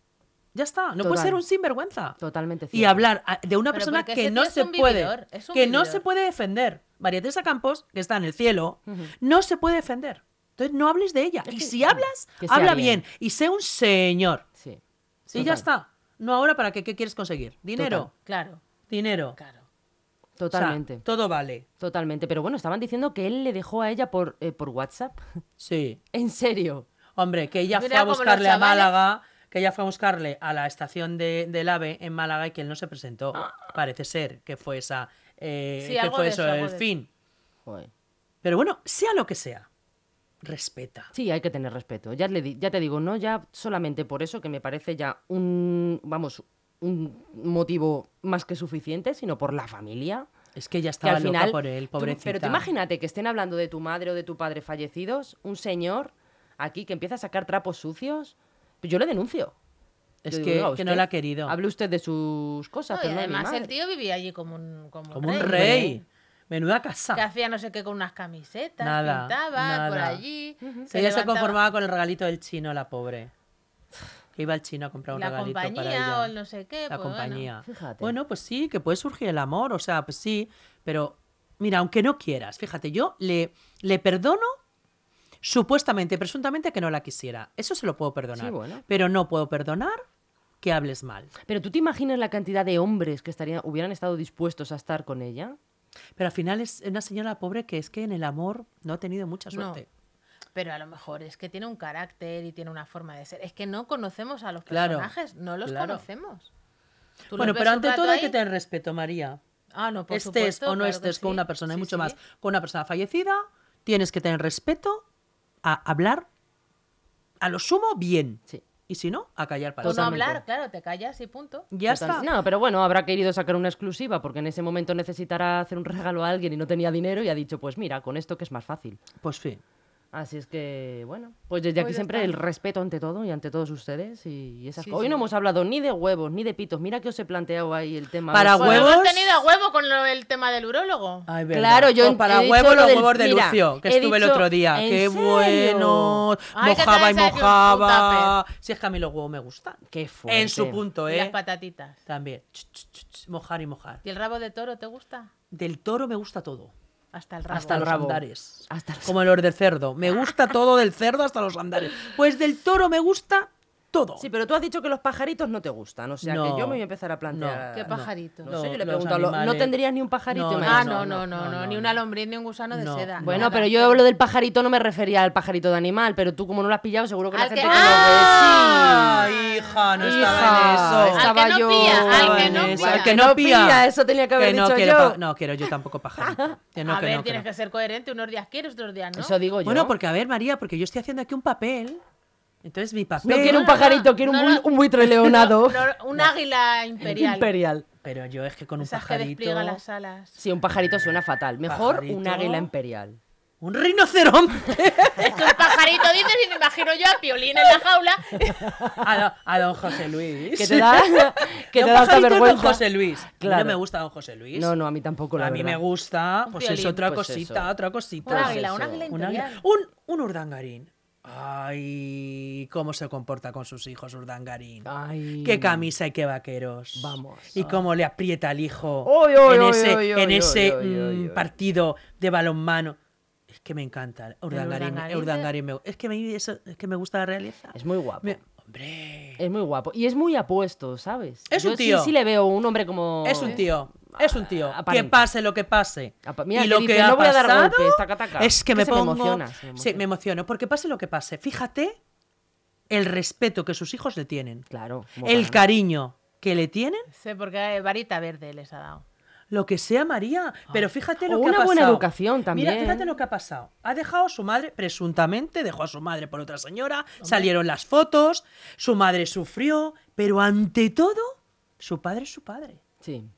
[SPEAKER 3] Ya está, no puedes
[SPEAKER 1] Total.
[SPEAKER 3] ser un sinvergüenza.
[SPEAKER 1] Totalmente cierto.
[SPEAKER 3] Y hablar a- de una
[SPEAKER 2] Pero
[SPEAKER 3] persona
[SPEAKER 2] porque
[SPEAKER 3] que
[SPEAKER 2] ese
[SPEAKER 3] no
[SPEAKER 2] tío es
[SPEAKER 3] se
[SPEAKER 2] un
[SPEAKER 3] puede
[SPEAKER 2] vividor, es un
[SPEAKER 3] que no
[SPEAKER 2] vividor.
[SPEAKER 3] se puede defender. María Teresa Campos, que está en el cielo, no se puede defender. Entonces no hables de ella. Y si hablas,
[SPEAKER 1] que sea
[SPEAKER 3] habla
[SPEAKER 1] bien.
[SPEAKER 3] bien. y sé un señor.
[SPEAKER 1] Sí.
[SPEAKER 3] Y
[SPEAKER 1] Total.
[SPEAKER 3] ya está. No ahora para que qué quieres conseguir. Dinero,
[SPEAKER 2] Claro,
[SPEAKER 3] dinero.
[SPEAKER 2] claro.
[SPEAKER 3] O sea,
[SPEAKER 1] Totalmente.
[SPEAKER 3] todo vale.
[SPEAKER 1] Totalmente. Pero bueno, estaban diciendo que él le dejó a ella por, eh, por WhatsApp.
[SPEAKER 3] Sí.
[SPEAKER 1] en serio.
[SPEAKER 3] Hombre, que ella
[SPEAKER 2] Mira
[SPEAKER 3] fue a
[SPEAKER 2] cómo los
[SPEAKER 3] buscarle a
[SPEAKER 2] chavales-
[SPEAKER 3] Málaga, que ella fue a buscarle a la estación de, del AVE en Málaga y que él no se presentó. Parece ser que fue esa eh,
[SPEAKER 2] Ah. Sí,
[SPEAKER 3] que
[SPEAKER 2] algo
[SPEAKER 3] fue
[SPEAKER 2] de
[SPEAKER 3] eso,
[SPEAKER 2] eso, algo
[SPEAKER 3] el
[SPEAKER 2] de
[SPEAKER 3] fin.
[SPEAKER 1] Joder.
[SPEAKER 3] Pero bueno, sea lo que sea, respeta.
[SPEAKER 1] Sí, hay que tener respeto. Ya, le di- ya te digo, no ya solamente por eso, que me parece ya un, vamos, un motivo más que suficiente, sino por la familia.
[SPEAKER 3] Es que ella
[SPEAKER 1] que
[SPEAKER 3] estaba
[SPEAKER 1] al final.
[SPEAKER 3] loca por él,
[SPEAKER 1] tú-
[SPEAKER 3] pobrecita.
[SPEAKER 1] pero te imagínate que estén hablando de tu madre o de tu padre fallecidos, un señor aquí que empieza a sacar trapos sucios. Yo le pues denuncio.
[SPEAKER 3] Es
[SPEAKER 1] Yo digo,
[SPEAKER 3] que,
[SPEAKER 1] "Oiga,
[SPEAKER 3] que no
[SPEAKER 1] usted,
[SPEAKER 3] la ha querido.
[SPEAKER 1] Hable usted de sus cosas,
[SPEAKER 2] No, y
[SPEAKER 1] pero no de mi
[SPEAKER 2] además el
[SPEAKER 1] madre".
[SPEAKER 2] tío vivía allí como un, como
[SPEAKER 3] Como un rey. Menuda casa.
[SPEAKER 2] Que hacía no sé qué con unas camisetas,
[SPEAKER 3] Nada,
[SPEAKER 2] pintaba por
[SPEAKER 3] nada.
[SPEAKER 2] allí.
[SPEAKER 3] Sí, ella se
[SPEAKER 2] levantaba
[SPEAKER 3] conformaba con el regalito del chino, la pobre. Que iba al chino a comprar un
[SPEAKER 2] La
[SPEAKER 3] regalito
[SPEAKER 2] compañía
[SPEAKER 3] para ella.
[SPEAKER 2] o el no sé qué.
[SPEAKER 3] la
[SPEAKER 2] pues bueno.
[SPEAKER 3] compañía.
[SPEAKER 1] Fíjate.
[SPEAKER 3] Bueno, pues sí, que puede surgir el amor, o sea, pues sí, pero mira, aunque no quieras, fíjate, yo le, le perdono supuestamente, presuntamente que no la quisiera. Eso se lo puedo perdonar.
[SPEAKER 1] Sí, bueno.
[SPEAKER 3] Pero no puedo perdonar que hables mal.
[SPEAKER 1] Pero tú te imaginas la cantidad de hombres que estarían, hubieran estado dispuestos a estar con ella.
[SPEAKER 3] Pero al final es una señora pobre que es que en el amor no ha tenido mucha suerte.
[SPEAKER 2] Pero a lo mejor es que tiene un carácter y tiene una forma de ser. Es que no conocemos a los
[SPEAKER 3] Claro,
[SPEAKER 2] personajes, no los
[SPEAKER 3] claro.
[SPEAKER 2] conocemos. Tú los
[SPEAKER 3] Bueno,
[SPEAKER 2] ves
[SPEAKER 3] pero
[SPEAKER 2] un
[SPEAKER 3] ante
[SPEAKER 2] rato
[SPEAKER 3] todo hay
[SPEAKER 2] ahí-
[SPEAKER 3] que tener respeto, María.
[SPEAKER 2] Ah, no, por
[SPEAKER 3] estés
[SPEAKER 2] supuesto,
[SPEAKER 3] o no
[SPEAKER 2] claro que
[SPEAKER 3] estés con
[SPEAKER 2] sí.
[SPEAKER 3] una persona, hay
[SPEAKER 2] Sí,
[SPEAKER 3] mucho
[SPEAKER 2] sí.
[SPEAKER 3] más. Con una persona fallecida, tienes que tener respeto a hablar, a lo sumo, bien.
[SPEAKER 1] Sí.
[SPEAKER 3] Y si no, a callar para
[SPEAKER 2] O Pues no hablar, claro, te callas y punto.
[SPEAKER 3] Ya
[SPEAKER 1] Total.
[SPEAKER 3] está.
[SPEAKER 1] No, pero bueno, habrá querido sacar una exclusiva porque en ese momento necesitará hacer un regalo a alguien y no tenía dinero y ha dicho, pues mira, con esto que es más fácil.
[SPEAKER 3] Pues sí.
[SPEAKER 1] Así es que, bueno, pues desde aquí
[SPEAKER 2] Pues ya
[SPEAKER 1] siempre
[SPEAKER 2] está.
[SPEAKER 1] el respeto ante todo y ante todos ustedes y y esas
[SPEAKER 2] Sí,
[SPEAKER 1] cosas. Hoy
[SPEAKER 2] sí.
[SPEAKER 1] no hemos hablado ni de huevos ni de pitos. Mira que os he planteado ahí el tema.
[SPEAKER 3] Para
[SPEAKER 1] A ver,
[SPEAKER 2] Bueno,
[SPEAKER 3] ¿Huevos?
[SPEAKER 2] hemos tenido a huevo con lo- el tema del urólogo.
[SPEAKER 3] Ay, verdad.
[SPEAKER 1] Claro, yo
[SPEAKER 3] O para
[SPEAKER 1] he dicho
[SPEAKER 3] huevos
[SPEAKER 1] lo
[SPEAKER 3] los
[SPEAKER 1] del-
[SPEAKER 3] huevos de
[SPEAKER 1] mira,
[SPEAKER 3] Lucio, que
[SPEAKER 1] he
[SPEAKER 3] estuve el
[SPEAKER 1] dicho-
[SPEAKER 3] otro día.
[SPEAKER 1] ¿en
[SPEAKER 3] Qué
[SPEAKER 1] serio?
[SPEAKER 3] bueno.
[SPEAKER 2] Ay, que
[SPEAKER 3] mojaba y
[SPEAKER 2] traes ahí un- un
[SPEAKER 3] mojaba. Si es que a mí los huevos me gustan.
[SPEAKER 1] Qué fuerte.
[SPEAKER 3] En su punto,
[SPEAKER 2] Y las
[SPEAKER 3] ¿eh?
[SPEAKER 2] patatitas.
[SPEAKER 3] También. Ch, ch, ch, ch, Mojar y mojar.
[SPEAKER 2] ¿Y el rabo de toro te gusta?
[SPEAKER 3] Del toro me gusta todo.
[SPEAKER 2] Hasta el rabo.
[SPEAKER 3] Hasta
[SPEAKER 1] el
[SPEAKER 3] los
[SPEAKER 1] rabo.
[SPEAKER 3] andares.
[SPEAKER 1] Hasta los-
[SPEAKER 3] Como los del cerdo. Me gusta todo del cerdo hasta los andares. Pues del toro me gusta todo.
[SPEAKER 1] Sí, pero tú has dicho que los pajaritos no te gustan, o sea
[SPEAKER 3] No.
[SPEAKER 1] que yo me voy a empezar a plantear.
[SPEAKER 3] No.
[SPEAKER 2] ¿Qué pajarito?
[SPEAKER 1] No, sé, yo le
[SPEAKER 3] Los
[SPEAKER 1] pregunto, a lo- ¿no
[SPEAKER 3] animales.
[SPEAKER 1] tendrías ni un pajarito?
[SPEAKER 3] No,
[SPEAKER 1] Me
[SPEAKER 2] Ah,
[SPEAKER 1] dice,
[SPEAKER 2] no, no, no, no,
[SPEAKER 3] no,
[SPEAKER 2] ni
[SPEAKER 3] no.
[SPEAKER 2] una lombriz, ni un gusano de
[SPEAKER 3] No,
[SPEAKER 2] seda.
[SPEAKER 3] no.
[SPEAKER 1] Bueno,
[SPEAKER 2] Nada.
[SPEAKER 1] pero yo hablo del pajarito, no me refería al pajarito de animal, pero tú como no lo has pillado, seguro que la
[SPEAKER 2] Al que-
[SPEAKER 1] gente...
[SPEAKER 2] ¡Ah!
[SPEAKER 1] Sí.
[SPEAKER 3] Ay, hija, no
[SPEAKER 1] Hija,
[SPEAKER 3] estaba en eso.
[SPEAKER 1] estaba
[SPEAKER 2] Al que no
[SPEAKER 1] yo.
[SPEAKER 2] pilla, al
[SPEAKER 3] Estaba
[SPEAKER 2] que
[SPEAKER 3] en
[SPEAKER 2] no
[SPEAKER 3] eso.
[SPEAKER 2] pilla.
[SPEAKER 3] Al que no pilla.
[SPEAKER 1] eso tenía que haber
[SPEAKER 3] no
[SPEAKER 1] dicho
[SPEAKER 3] quiero
[SPEAKER 1] yo.
[SPEAKER 3] pa- no quiero yo tampoco pajarito. Que no,
[SPEAKER 2] a
[SPEAKER 3] que
[SPEAKER 2] ver,
[SPEAKER 3] no, que
[SPEAKER 2] tienes
[SPEAKER 3] no.
[SPEAKER 2] que ser coherente unos días quiero, otros días no.
[SPEAKER 1] Eso digo yo.
[SPEAKER 3] Bueno, porque a ver, María, porque yo estoy haciendo aquí un papel. Entonces mi papel.
[SPEAKER 1] no quiero un
[SPEAKER 2] No, no,
[SPEAKER 1] pajarito, quiero
[SPEAKER 2] no,
[SPEAKER 1] un, bui-
[SPEAKER 2] no.
[SPEAKER 1] un buitre leonado.
[SPEAKER 2] No, un águila imperial.
[SPEAKER 1] Imperial.
[SPEAKER 3] Pero yo es que con un
[SPEAKER 2] Esas que
[SPEAKER 3] pajarito.
[SPEAKER 2] despliega las alas.
[SPEAKER 1] Sí, un pajarito suena fatal. Mejor un
[SPEAKER 3] Pajarito.
[SPEAKER 1] águila imperial.
[SPEAKER 3] Un rinoceronte.
[SPEAKER 2] Es que un pajarito dices y me imagino yo a Piolín en la jaula.
[SPEAKER 3] a, don, a don José Luis.
[SPEAKER 1] Que te da, que
[SPEAKER 3] Un
[SPEAKER 1] te da
[SPEAKER 3] pajarito
[SPEAKER 1] hasta
[SPEAKER 3] es
[SPEAKER 1] vergüenza.
[SPEAKER 3] Don José Luis. A mí
[SPEAKER 1] Claro.
[SPEAKER 3] No me gusta don José Luis.
[SPEAKER 1] No, no, a mí tampoco, la
[SPEAKER 3] a mí me
[SPEAKER 1] verdad.
[SPEAKER 3] gusta. Pues es
[SPEAKER 2] violín,
[SPEAKER 3] otra
[SPEAKER 1] pues
[SPEAKER 3] cosita,
[SPEAKER 1] eso.
[SPEAKER 3] otra
[SPEAKER 2] Un
[SPEAKER 3] cosita.
[SPEAKER 1] Pues
[SPEAKER 2] águila, un
[SPEAKER 1] eso,
[SPEAKER 2] águila
[SPEAKER 3] Un,
[SPEAKER 2] imperial.
[SPEAKER 3] águila- un, un urdangarín. Ay, cómo se comporta con sus hijos urdangarín.
[SPEAKER 1] Ay.
[SPEAKER 3] Qué camisa y qué vaqueros.
[SPEAKER 1] Vamos.
[SPEAKER 3] Y cómo le aprieta al hijo
[SPEAKER 1] Oy, oy,
[SPEAKER 3] en
[SPEAKER 1] oy,
[SPEAKER 3] ese,
[SPEAKER 1] oy,
[SPEAKER 3] en
[SPEAKER 1] oy,
[SPEAKER 3] ese
[SPEAKER 1] oy,
[SPEAKER 3] mm,
[SPEAKER 1] oy, oy.
[SPEAKER 3] partido de balonmano. Es que me encanta. Urdangarín,
[SPEAKER 2] Urdangarín,
[SPEAKER 3] Urdangarín me- es, que me, eso- es que me gusta la realeza.
[SPEAKER 1] Es muy guapo.
[SPEAKER 3] Me- hombre.
[SPEAKER 1] Es muy guapo. Y es muy apuesto, ¿sabes?
[SPEAKER 3] Es
[SPEAKER 1] Yo
[SPEAKER 3] un
[SPEAKER 1] sí-
[SPEAKER 3] tío.
[SPEAKER 1] Sí, le veo un hombre como.
[SPEAKER 3] Es un tío. Es un tío. Que
[SPEAKER 1] Aparenta.
[SPEAKER 3] pase lo que pase.
[SPEAKER 1] Eh, Apa- mira,
[SPEAKER 3] y
[SPEAKER 1] que
[SPEAKER 3] lo que,
[SPEAKER 1] dice,
[SPEAKER 3] ha
[SPEAKER 1] "No voy a dar
[SPEAKER 3] pasado
[SPEAKER 1] golpes, taca, taca".
[SPEAKER 3] Es que
[SPEAKER 1] Es
[SPEAKER 3] me
[SPEAKER 1] que se me
[SPEAKER 3] pongo...
[SPEAKER 1] emociona, se me
[SPEAKER 3] Sí,
[SPEAKER 1] emociona.
[SPEAKER 3] me emociono. Porque pase lo que pase. Fíjate el respeto que sus hijos le tienen.
[SPEAKER 1] Claro. como
[SPEAKER 3] El
[SPEAKER 1] para-
[SPEAKER 3] cariño que le tienen.
[SPEAKER 2] Sé porque eh, varita verde les ha dado.
[SPEAKER 3] Lo que sea, María. Pero fíjate lo
[SPEAKER 1] Ah. O
[SPEAKER 3] que ha
[SPEAKER 1] una
[SPEAKER 3] pasado.
[SPEAKER 1] buena educación también.
[SPEAKER 3] Mira, fíjate lo que ha pasado. Ha dejado a su madre, presuntamente, dejó a su madre por otra señora. Salieron las fotos. Su madre sufrió. Pero ante todo, su padre es su padre.
[SPEAKER 1] Sí.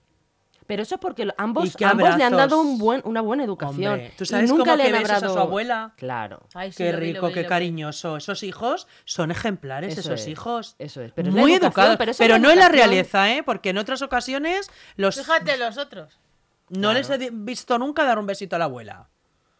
[SPEAKER 1] Pero eso es porque lo- ambos,
[SPEAKER 3] Y qué
[SPEAKER 1] ambos le han dado
[SPEAKER 3] abrazos.
[SPEAKER 1] un buen, una buena educación.
[SPEAKER 3] Hombre, ¿tú
[SPEAKER 1] Y
[SPEAKER 3] sabes
[SPEAKER 1] nunca
[SPEAKER 3] cómo
[SPEAKER 1] le
[SPEAKER 3] que
[SPEAKER 1] han
[SPEAKER 3] besas a su
[SPEAKER 1] hablado-
[SPEAKER 3] abuela?
[SPEAKER 1] Claro.
[SPEAKER 2] Ay, sí,
[SPEAKER 3] qué
[SPEAKER 2] lo vi, lo
[SPEAKER 3] rico,
[SPEAKER 2] vi,
[SPEAKER 3] qué
[SPEAKER 2] lo vi.
[SPEAKER 3] cariñoso. Esos hijos son ejemplares,
[SPEAKER 1] Eso
[SPEAKER 3] esos
[SPEAKER 1] es,
[SPEAKER 3] hijos.
[SPEAKER 1] eso es. Pero es la
[SPEAKER 3] Muy
[SPEAKER 1] educación,
[SPEAKER 3] educados.
[SPEAKER 1] pero
[SPEAKER 3] Pero,
[SPEAKER 1] eso es la
[SPEAKER 3] no en la
[SPEAKER 1] educación.
[SPEAKER 3] realeza, ¿eh? Porque en otras ocasiones los
[SPEAKER 2] Fíjate los otros.
[SPEAKER 3] no les he di- visto nunca dar un besito a la abuela.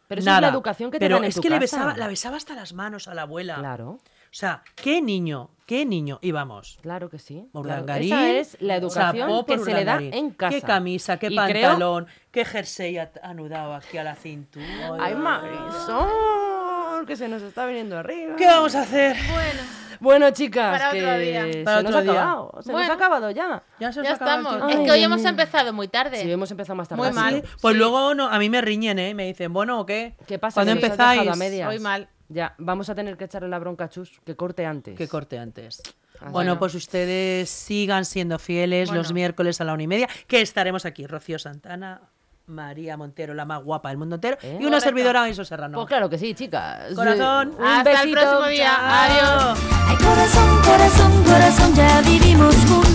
[SPEAKER 1] Pero eso
[SPEAKER 3] Nada.
[SPEAKER 1] es la educación que te
[SPEAKER 3] Pero
[SPEAKER 1] dan en
[SPEAKER 3] es
[SPEAKER 1] tu
[SPEAKER 3] que le
[SPEAKER 1] casa.
[SPEAKER 3] besaba, la besaba hasta las manos a la abuela.
[SPEAKER 1] Claro,
[SPEAKER 3] O sea, qué niño, qué niño. Y vamos.
[SPEAKER 1] claro que sí. Claro,
[SPEAKER 3] Urdangarín,
[SPEAKER 1] Esa es la
[SPEAKER 3] chapó
[SPEAKER 1] educación que
[SPEAKER 3] por
[SPEAKER 1] se le da
[SPEAKER 3] Urdangarín.
[SPEAKER 1] en casa.
[SPEAKER 3] Qué camisa, qué
[SPEAKER 1] Y creo-
[SPEAKER 3] pantalón, qué jersey at- anudado aquí a la cintura.
[SPEAKER 1] ¡Ay, Marisol! Que se nos está viniendo arriba.
[SPEAKER 3] ¿Qué vamos a hacer?
[SPEAKER 2] Bueno,
[SPEAKER 1] Bueno, chicas,
[SPEAKER 2] Para
[SPEAKER 1] que
[SPEAKER 2] otro día.
[SPEAKER 3] Para
[SPEAKER 1] se nos
[SPEAKER 3] otro
[SPEAKER 1] ha
[SPEAKER 3] día.
[SPEAKER 1] acabado. Se nos
[SPEAKER 2] Bueno.
[SPEAKER 1] ha acabado ya.
[SPEAKER 3] Ya se nos
[SPEAKER 2] ya
[SPEAKER 3] acaba el
[SPEAKER 2] estamos.
[SPEAKER 3] tiempo.
[SPEAKER 2] Es
[SPEAKER 1] Ay,
[SPEAKER 2] que hoy
[SPEAKER 1] Dios
[SPEAKER 2] hemos
[SPEAKER 1] mío.
[SPEAKER 2] empezado muy tarde.
[SPEAKER 1] Sí, hemos empezado más tarde.
[SPEAKER 2] Muy
[SPEAKER 1] así
[SPEAKER 2] mal.
[SPEAKER 1] que-
[SPEAKER 3] Pues
[SPEAKER 2] Sí.
[SPEAKER 3] luego no, a mí me riñen, ¿eh? Me dicen, bueno, ¿o qué?
[SPEAKER 1] ¿Qué pasa?
[SPEAKER 3] Cuando
[SPEAKER 1] que nos has dejado
[SPEAKER 3] empezáis?
[SPEAKER 1] a medias?
[SPEAKER 2] Hoy mal.
[SPEAKER 1] Ya, vamos a tener que echarle la bronca a Chus, que corte antes.
[SPEAKER 3] Que corte antes.
[SPEAKER 1] Ah,
[SPEAKER 3] Bueno,
[SPEAKER 2] Bueno.
[SPEAKER 3] pues ustedes sigan siendo fieles los
[SPEAKER 2] Bueno.
[SPEAKER 3] miércoles a la una y media, que estaremos aquí. Rocío Santana, María Montero, la más guapa del mundo entero,
[SPEAKER 1] ¿Eh?
[SPEAKER 3] y una
[SPEAKER 2] Correcto.
[SPEAKER 3] servidora, Iso Serrano.
[SPEAKER 1] Pues claro que sí, chicas.
[SPEAKER 3] Corazón.
[SPEAKER 1] Un
[SPEAKER 2] Hasta el
[SPEAKER 1] besito.
[SPEAKER 2] próximo día. Adiós.
[SPEAKER 4] Ay, corazón, corazón, corazón, ya vivimos juntos.